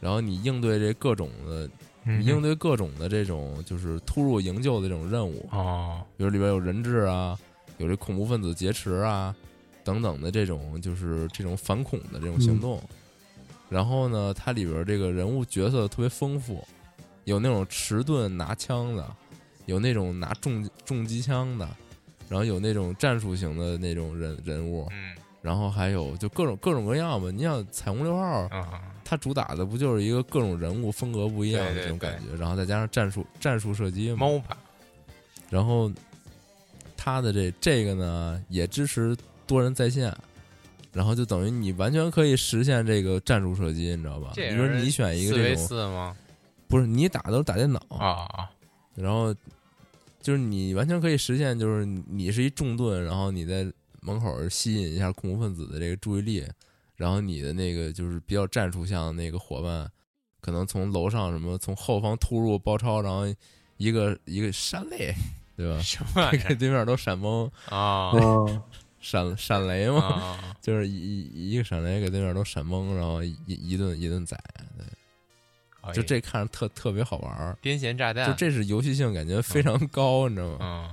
[SPEAKER 1] 然后你应对这各种的，
[SPEAKER 2] 嗯
[SPEAKER 1] 你应对各种的这种就是突入营救的这种任务，
[SPEAKER 2] 哦，
[SPEAKER 1] 比如里边有人质啊，有这恐怖分子劫持啊，等等的这种就是这种反恐的这种行动。然后呢，它里边这个人物角色特别丰富，有那种持盾拿枪的，有那种拿重重机枪的，然后有那种战术型的那种人人物，
[SPEAKER 2] 嗯
[SPEAKER 1] 然后还有就各种各种各样吧。你想彩虹六号，
[SPEAKER 2] 啊，
[SPEAKER 1] 它主打的不就是一个各种人物风格不一样的
[SPEAKER 2] 对对
[SPEAKER 1] 这种感觉，然后再加上战术战术射击嘛，
[SPEAKER 2] 猫吧，
[SPEAKER 1] 然后它的这这个呢也支持多人在线，然后就等于你完全可以实现这个战术射击，你知道吧？
[SPEAKER 2] 这
[SPEAKER 1] 比如说你选一个
[SPEAKER 2] 四
[SPEAKER 1] 这
[SPEAKER 2] 维
[SPEAKER 1] 种，哦
[SPEAKER 2] 四吗？
[SPEAKER 1] 不是你打都是打电脑，
[SPEAKER 2] 啊，
[SPEAKER 1] 然后就是你完全可以实现，就是你是一重盾，然后你在门口吸引一下恐怖分子的这个注意力，然后你的那个就是比较战术向的那个伙伴，可能从楼上什么从后方突入包抄，然后一个一个闪雷，对吧？
[SPEAKER 2] 哦什么玩意
[SPEAKER 1] 给对面都闪崩，
[SPEAKER 2] 儿啊？
[SPEAKER 3] 啊，
[SPEAKER 1] 闪闪雷嘛，
[SPEAKER 2] 啊
[SPEAKER 1] 就是一一一个闪雷给对面都闪懵，然后一一顿一顿宰，
[SPEAKER 2] 哎可以
[SPEAKER 1] 就这看着特特别好玩儿，
[SPEAKER 2] 哎癫痫炸弹，
[SPEAKER 1] 就这是游戏性感觉非常高，你知道吗？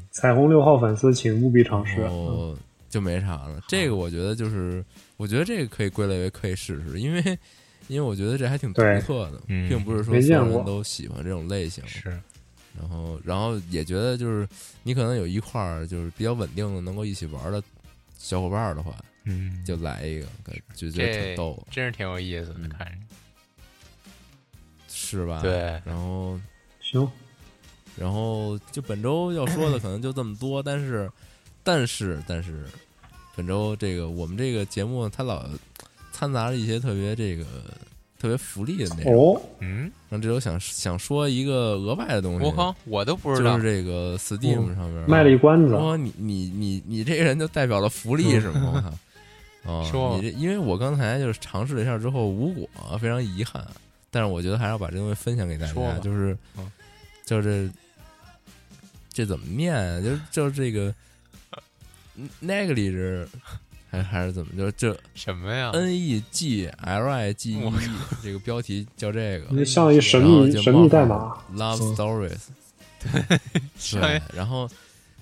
[SPEAKER 1] 嗯，
[SPEAKER 3] 彩虹六号粉丝请务必尝试。嗯
[SPEAKER 1] 然后就没啥了。这
[SPEAKER 2] 嗯
[SPEAKER 1] 个我觉得就是，我觉得这个可以归类为可以试试，因为因为我觉得这还挺独
[SPEAKER 3] 对
[SPEAKER 1] 特的，
[SPEAKER 2] 嗯
[SPEAKER 1] 并不是说
[SPEAKER 3] 没
[SPEAKER 1] 所
[SPEAKER 3] 见
[SPEAKER 1] 有
[SPEAKER 3] 过
[SPEAKER 1] 人都喜欢这种类型，
[SPEAKER 2] 是
[SPEAKER 1] 然后，然后也觉得就是你可能有一块儿就是比较稳定的能够一起玩的小伙伴儿的话，
[SPEAKER 2] 嗯，
[SPEAKER 1] 就来一个，感就觉得
[SPEAKER 2] 这
[SPEAKER 1] 挺逗的，
[SPEAKER 2] 真是挺有意思的，
[SPEAKER 1] 嗯啊
[SPEAKER 2] 看着
[SPEAKER 1] 是吧？。
[SPEAKER 2] 对，
[SPEAKER 1] 然后，
[SPEAKER 3] 行，
[SPEAKER 1] 然后就本周要说的可能就这么多，但 是，但是，但是，本周这个我们这个节目它老掺杂着一些特别这个特别福利的内容，
[SPEAKER 3] 哦，
[SPEAKER 2] 嗯，
[SPEAKER 1] 然后这周想想说一个额外的东西，
[SPEAKER 2] 国康我都不知道
[SPEAKER 1] 就是，这个 Steam 上面
[SPEAKER 3] 嗯卖了一关子，
[SPEAKER 1] 说你你你你这个人就代表了福利是吗？ 我靠！哦，
[SPEAKER 2] 嗯说
[SPEAKER 1] 你这，因为我刚才就是尝试了一下之后无果，非常遗憾。但是我觉得还是要把这东西分享给大
[SPEAKER 2] 说吧
[SPEAKER 1] 家，就是
[SPEAKER 2] 嗯
[SPEAKER 1] 就是这怎么念啊？就是就是这 个 n- neglige 还还是怎么？就这
[SPEAKER 2] 什么呀？
[SPEAKER 1] n e g l i g e
[SPEAKER 2] 嗯我
[SPEAKER 1] 这个标题叫这个，
[SPEAKER 3] 那像一神秘神秘代码，
[SPEAKER 1] Love
[SPEAKER 3] 嗯
[SPEAKER 1] Stories，
[SPEAKER 2] 上
[SPEAKER 1] 对
[SPEAKER 2] 一，
[SPEAKER 1] 然后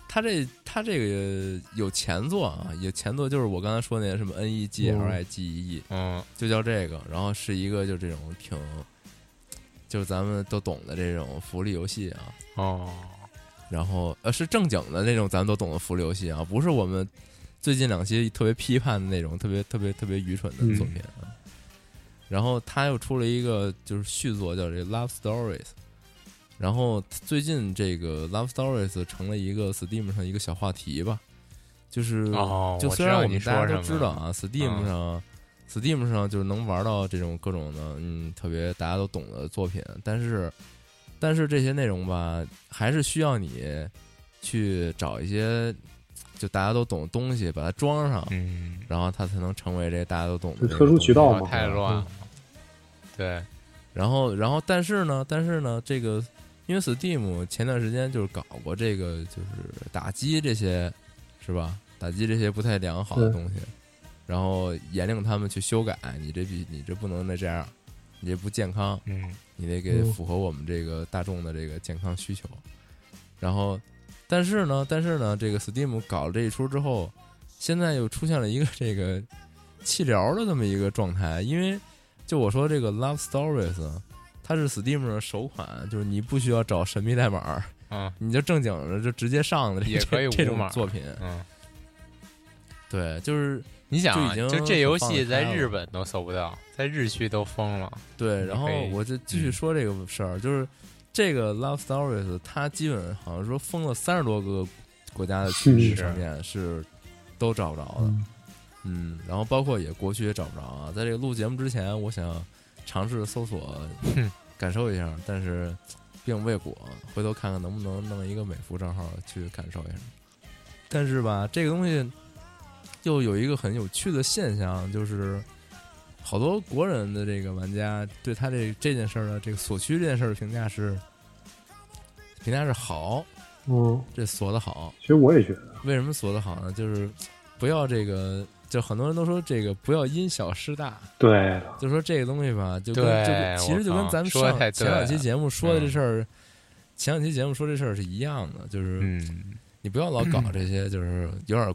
[SPEAKER 1] 他这他这个有前作啊，有前作就是我刚才说那什么 N E G L I G E，
[SPEAKER 2] 嗯
[SPEAKER 1] 就叫这个，然后是一个就这种挺，就是咱们都懂的这种福利游戏啊，
[SPEAKER 2] 哦，
[SPEAKER 1] 然后呃是正经的那种咱们都懂的福利游戏啊，不是我们最近两期特别批判的那种特别特别特别愚蠢的作品啊。然后他又出了一个就是续作叫这《Love Stories》，然后最近这个《Love Stories》成了一个 Steam 上一个小话题吧，就是、
[SPEAKER 2] 哦
[SPEAKER 1] 就
[SPEAKER 2] 我
[SPEAKER 1] 虽
[SPEAKER 2] 知
[SPEAKER 1] 然
[SPEAKER 2] 道
[SPEAKER 1] 我
[SPEAKER 2] 你
[SPEAKER 1] 们大家
[SPEAKER 2] 说
[SPEAKER 1] 都
[SPEAKER 2] 什么
[SPEAKER 1] 知道啊，Steam
[SPEAKER 2] 嗯
[SPEAKER 1] 上、Steam 上就是能玩到这种各种的嗯特别大家都懂的作品，但是但是这些内容吧，还是需要你去找一些就大家都懂的东西，把它装上，
[SPEAKER 2] 嗯，
[SPEAKER 1] 然后它才能成为这大家都懂的
[SPEAKER 3] 就
[SPEAKER 1] 这个
[SPEAKER 3] 特殊
[SPEAKER 1] 东西
[SPEAKER 3] 渠道
[SPEAKER 2] 不
[SPEAKER 3] 嘛
[SPEAKER 2] 要哦太乱了，对，
[SPEAKER 1] 然后，然后，但是呢，但是呢，这个因为 Steam 前段时间就是搞过这个，就是打击这些，是吧？打击这些不太良好的
[SPEAKER 3] 对
[SPEAKER 1] 东西，然后严令他们去修改，你这必你这不能再这样，你这不健康，
[SPEAKER 2] 嗯
[SPEAKER 1] 你得给
[SPEAKER 3] 嗯
[SPEAKER 1] 符合我们这个大众的这个健康需求。然后，但是呢，但是呢，这个 Steam 搞了这一出之后，现在又出现了一个这个弃疗的这么一个状态，因为就我说这个 Love Stories，啊它是 Steam 上的首款，就是你不需要找神秘代码，
[SPEAKER 2] 嗯
[SPEAKER 1] 你就正经的就直接上的这
[SPEAKER 2] 也可以
[SPEAKER 1] 这
[SPEAKER 2] 无
[SPEAKER 1] 种
[SPEAKER 2] 码
[SPEAKER 1] 作品，
[SPEAKER 2] 嗯，
[SPEAKER 1] 对，就是
[SPEAKER 2] 你想啊，
[SPEAKER 1] 就已
[SPEAKER 2] 就
[SPEAKER 1] 经
[SPEAKER 2] 这游戏
[SPEAKER 1] 很放得
[SPEAKER 2] 在
[SPEAKER 1] 开了
[SPEAKER 2] 日本都搜不到，在日区都封了，
[SPEAKER 1] 对，然后
[SPEAKER 2] 可以嗯
[SPEAKER 1] 我就继续说这个事儿，就是这个 Love Stories，它基本好像说封了三十多个国家的区域
[SPEAKER 2] 是
[SPEAKER 1] 商店是都找不着的，
[SPEAKER 3] 嗯
[SPEAKER 1] 嗯，然后包括也国区也找不着啊。在这个录节目之前，我想尝试搜索
[SPEAKER 2] 哼
[SPEAKER 1] 感受一下，但是并未果，回头看看能不能弄一个美服账号去感受一下。但是吧，这个东西又有一个很有趣的现象，就是好多国人的这个玩家对他这这件事儿的这个所需这件事儿的评价是评价是好，
[SPEAKER 3] 嗯，
[SPEAKER 1] 这锁的好。
[SPEAKER 3] 其实我也觉得，
[SPEAKER 1] 为什么锁的好呢？就是不要这个，就很多人都说这个不要因小失大，
[SPEAKER 3] 对的，
[SPEAKER 1] 就说这个东西吧，就跟
[SPEAKER 2] 对
[SPEAKER 1] 就跟其实就
[SPEAKER 2] 我
[SPEAKER 1] 跟
[SPEAKER 2] 靠
[SPEAKER 1] 咱们
[SPEAKER 2] 说得
[SPEAKER 1] 上
[SPEAKER 2] 太对
[SPEAKER 1] 前两期
[SPEAKER 2] 了
[SPEAKER 1] 节目说的这
[SPEAKER 2] 嗯
[SPEAKER 1] 事儿，前两期节目说这事儿是一样的，就是
[SPEAKER 2] 嗯，
[SPEAKER 1] 你不要老搞这些就是有点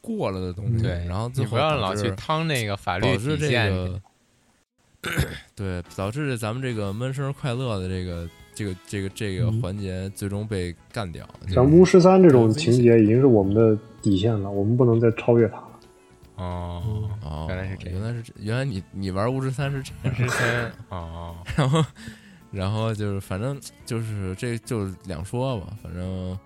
[SPEAKER 1] 过了的东西，
[SPEAKER 2] 对，
[SPEAKER 1] 然后最
[SPEAKER 2] 你
[SPEAKER 1] 后
[SPEAKER 2] 不要
[SPEAKER 1] 导
[SPEAKER 2] 老
[SPEAKER 1] 致
[SPEAKER 2] 去趟那个法律
[SPEAKER 1] 导致
[SPEAKER 2] 底
[SPEAKER 1] 这
[SPEAKER 2] 线里，
[SPEAKER 1] 个， 对，导致咱们这个闷声快乐的这个这个这个这个
[SPEAKER 3] 嗯
[SPEAKER 1] 环节最终被干掉。就是
[SPEAKER 3] 咱巫师三这种情节已经是我们的底线了，我们不能再超越它了。
[SPEAKER 2] 哦，
[SPEAKER 1] 哦，
[SPEAKER 2] 原来是这样
[SPEAKER 1] 原来是这，原来你你玩巫师三是这 样，
[SPEAKER 2] 之前哦，
[SPEAKER 1] 然后然后就是反正就是这就是两说吧，反正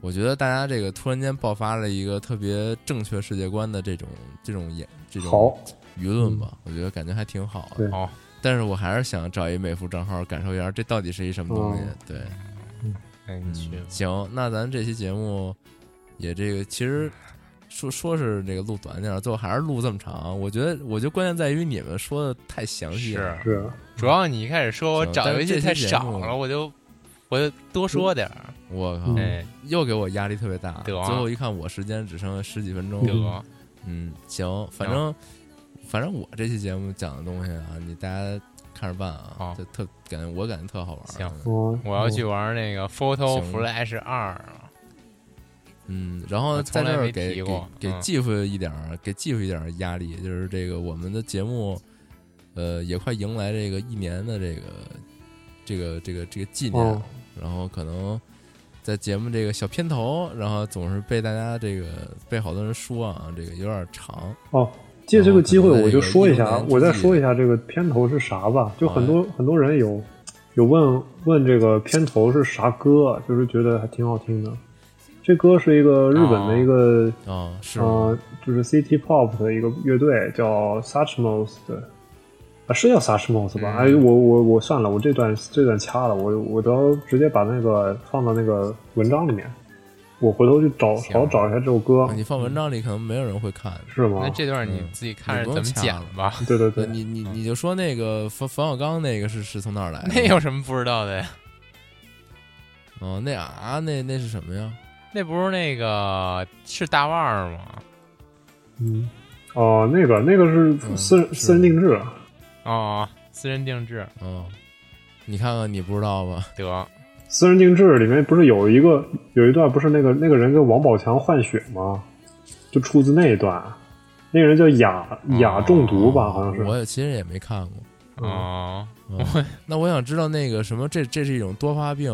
[SPEAKER 1] 我觉得大家这个突然间爆发了一个特别正确世界观的这种这种演这种
[SPEAKER 3] 好，嗯
[SPEAKER 1] 舆论吧，我觉得感觉还挺好的。
[SPEAKER 3] 对
[SPEAKER 2] 好
[SPEAKER 1] 但是我还是想找一美服账号感受一下这到底是一什么东西。
[SPEAKER 3] 嗯
[SPEAKER 1] 对，
[SPEAKER 2] 那
[SPEAKER 1] 嗯
[SPEAKER 2] 你去吧，
[SPEAKER 1] 行，那咱这期节目也这个其实。说说是这个录短点儿，最后还是录这么长。我觉得，我觉得关键在于你们说的太详细了。
[SPEAKER 2] 是，
[SPEAKER 3] 是
[SPEAKER 2] 主要你一开始说我
[SPEAKER 1] 行
[SPEAKER 2] 找
[SPEAKER 1] 但
[SPEAKER 2] 游
[SPEAKER 1] 是
[SPEAKER 2] 戏
[SPEAKER 1] 这期
[SPEAKER 2] 太
[SPEAKER 1] 节
[SPEAKER 2] 少
[SPEAKER 1] 目
[SPEAKER 2] 了，我就我就多说点儿，
[SPEAKER 1] 我靠，
[SPEAKER 3] 嗯
[SPEAKER 2] 哎，
[SPEAKER 1] 又给我压力特别大。
[SPEAKER 2] 得
[SPEAKER 1] 最
[SPEAKER 2] 啊
[SPEAKER 1] 后一看，我时间只剩十几分钟。
[SPEAKER 2] 得，
[SPEAKER 1] 嗯，行，反正反正我这期节目讲的东西啊，你大家看着办啊
[SPEAKER 2] 好，
[SPEAKER 1] 就特感觉我感觉特好玩。啊
[SPEAKER 2] 行
[SPEAKER 3] 嗯，
[SPEAKER 2] 我要去玩那个
[SPEAKER 1] 嗯
[SPEAKER 2] Photo
[SPEAKER 1] 行
[SPEAKER 2] Flash 二了，
[SPEAKER 1] 嗯，然后
[SPEAKER 2] 我
[SPEAKER 1] 在
[SPEAKER 2] 从
[SPEAKER 1] 这
[SPEAKER 2] 来
[SPEAKER 1] 儿
[SPEAKER 2] 没
[SPEAKER 1] 给
[SPEAKER 2] 提
[SPEAKER 1] 给
[SPEAKER 2] 过
[SPEAKER 1] 给
[SPEAKER 2] 嗯
[SPEAKER 1] 继父一点儿，给继父一点儿压力，就是这个我们的节目，呃，也快迎来这个一年的这个这个这个这个纪念，
[SPEAKER 3] 哦
[SPEAKER 1] 然后可能在节目这个小片头，然后总是被大家这个被好多人说啊，这个有点长，
[SPEAKER 3] 哦。借这个机
[SPEAKER 1] 嗯
[SPEAKER 3] 会，
[SPEAKER 1] 可能
[SPEAKER 3] 我就说一下
[SPEAKER 1] 有，一
[SPEAKER 3] 我再
[SPEAKER 1] 种
[SPEAKER 3] 说一下这个片头是啥吧。就
[SPEAKER 1] 好
[SPEAKER 3] 很多很多人有有问问这个片头是啥歌，就是觉得还挺好听的。这歌是一个日本
[SPEAKER 2] 哦
[SPEAKER 3] 的一个
[SPEAKER 1] 啊，是吗？
[SPEAKER 3] 呃，就是 City Pop 的一个乐队叫 Suchmos 的，啊是叫 Suchmos
[SPEAKER 1] 嗯
[SPEAKER 3] 吧？哎，我我我算了，我这段这段掐了，我我都直接把那个放到那个文章里面，我回头去找好好找一下这首歌
[SPEAKER 2] 嗯
[SPEAKER 1] 啊，你放文章里可能没有人会看，
[SPEAKER 3] 是吗
[SPEAKER 2] 那？这段你
[SPEAKER 1] 嗯
[SPEAKER 2] 自己看着怎么讲吧，
[SPEAKER 3] 对对
[SPEAKER 1] 呃
[SPEAKER 3] 对，
[SPEAKER 1] 你你你就说那个冯冯小刚那个是是从哪儿来的？
[SPEAKER 2] 那有什么不知道的呀？
[SPEAKER 1] 哦，那啊，那那是什么呀？
[SPEAKER 2] 那不是那个是大腕儿吗？
[SPEAKER 3] 嗯，哦，那个那个是
[SPEAKER 1] 嗯
[SPEAKER 3] 私人、
[SPEAKER 1] 是
[SPEAKER 3] 私人定制，啊
[SPEAKER 2] 哦，私人定制
[SPEAKER 1] 哦，你看看你不知道吧？
[SPEAKER 2] 得，
[SPEAKER 3] 私人定制里面不是有一个有一段不是那个那个人跟王宝强换血吗？就出自那一段，啊那个人叫雅雅中毒吧，好像是。
[SPEAKER 1] 哦我也其实也没看过。
[SPEAKER 2] 哦，
[SPEAKER 1] 嗯、那我想知道那个什么，这这是一种多发病，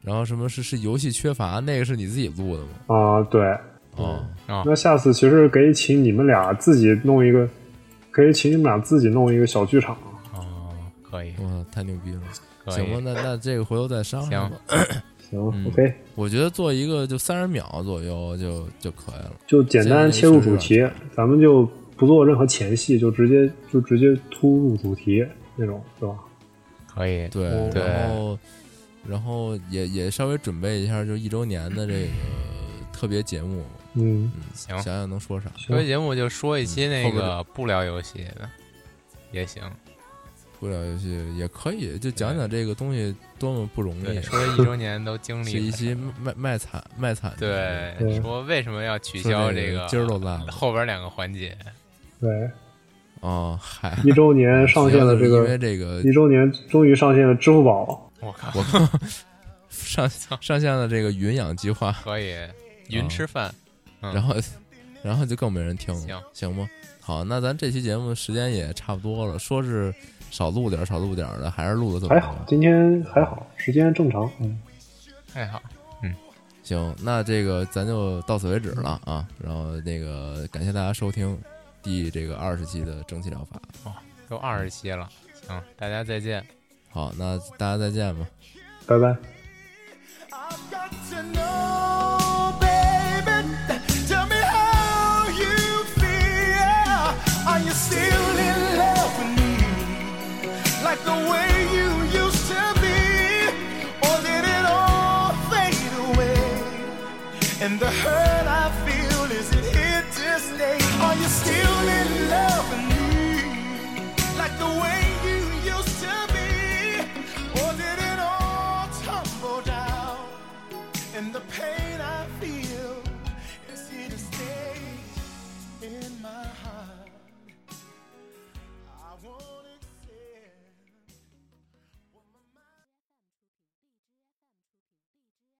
[SPEAKER 1] 然后什么是是游戏缺乏，那个是你自己录的吗？
[SPEAKER 3] 啊、对，
[SPEAKER 1] 哦，
[SPEAKER 3] 那下次其实可以请你们俩自己弄一个，可以请你们俩自己弄一个小剧场。啊
[SPEAKER 2] 哦，可以，
[SPEAKER 1] 哇，太牛逼了！
[SPEAKER 2] 可
[SPEAKER 1] 行吧，
[SPEAKER 2] 以，
[SPEAKER 1] 那那这个回头再商量吧。
[SPEAKER 3] 行、
[SPEAKER 1] 嗯
[SPEAKER 3] o k
[SPEAKER 1] 我觉得做一个就三十秒左右就就可以了。
[SPEAKER 3] 就简单切入主题，咱们就不做任何前戏，就直接就直接突入主题那种，是吧？
[SPEAKER 2] 可以，
[SPEAKER 1] 对，
[SPEAKER 2] 对
[SPEAKER 1] 然后然后也也稍微准备一下，就一周年的这个特别节目，
[SPEAKER 3] 嗯，
[SPEAKER 2] 行。
[SPEAKER 1] 想想能说啥？
[SPEAKER 2] 特别节目就说一期那
[SPEAKER 1] 嗯后边
[SPEAKER 2] 个不聊游戏的也行，
[SPEAKER 1] 不聊游戏也可以，就讲讲这个东西多么不容
[SPEAKER 2] 对，
[SPEAKER 1] 易，
[SPEAKER 2] 说一周年都经
[SPEAKER 1] 是
[SPEAKER 2] 历
[SPEAKER 1] 一
[SPEAKER 2] 了，
[SPEAKER 1] 期卖卖惨卖惨的
[SPEAKER 2] 对
[SPEAKER 3] 对，
[SPEAKER 2] 说为什么要取
[SPEAKER 1] 说
[SPEAKER 2] 消
[SPEAKER 1] 这
[SPEAKER 2] 这
[SPEAKER 1] 个
[SPEAKER 2] 个
[SPEAKER 1] 今儿都烂了
[SPEAKER 2] 后边两个环节，
[SPEAKER 3] 对，
[SPEAKER 1] 哦，嗨，
[SPEAKER 3] 一周年上线了这
[SPEAKER 1] 嗯因为
[SPEAKER 3] 个，嗯
[SPEAKER 1] 这个
[SPEAKER 3] 一周年终于上线了支付宝，
[SPEAKER 2] 我 靠，
[SPEAKER 1] 我靠，上上线了这个云养计划，
[SPEAKER 2] 可以云吃饭，嗯
[SPEAKER 1] 然后然后就更没人听了，
[SPEAKER 2] 行
[SPEAKER 1] 行吗？好，那咱这期节目时间也差不多了，说是少录点儿少录点儿的，还是录了这么
[SPEAKER 3] 还好
[SPEAKER 1] 多。，
[SPEAKER 3] 今天还好，时间正常。嗯，
[SPEAKER 2] 太好，
[SPEAKER 1] 行，那这个咱就到此为止了啊。然后那个感谢大家收听第这个二十期的蒸汽疗法。
[SPEAKER 2] 都二十期了，行，大家再见。
[SPEAKER 1] 好，那大家再见吧。
[SPEAKER 3] 拜拜。
[SPEAKER 4] I've got to know, baby. Tell me how you feel. Are you still in love with me? Like the way you used to be? Or did it all fade away? And the hurt I feel, is it here to stay? Are you still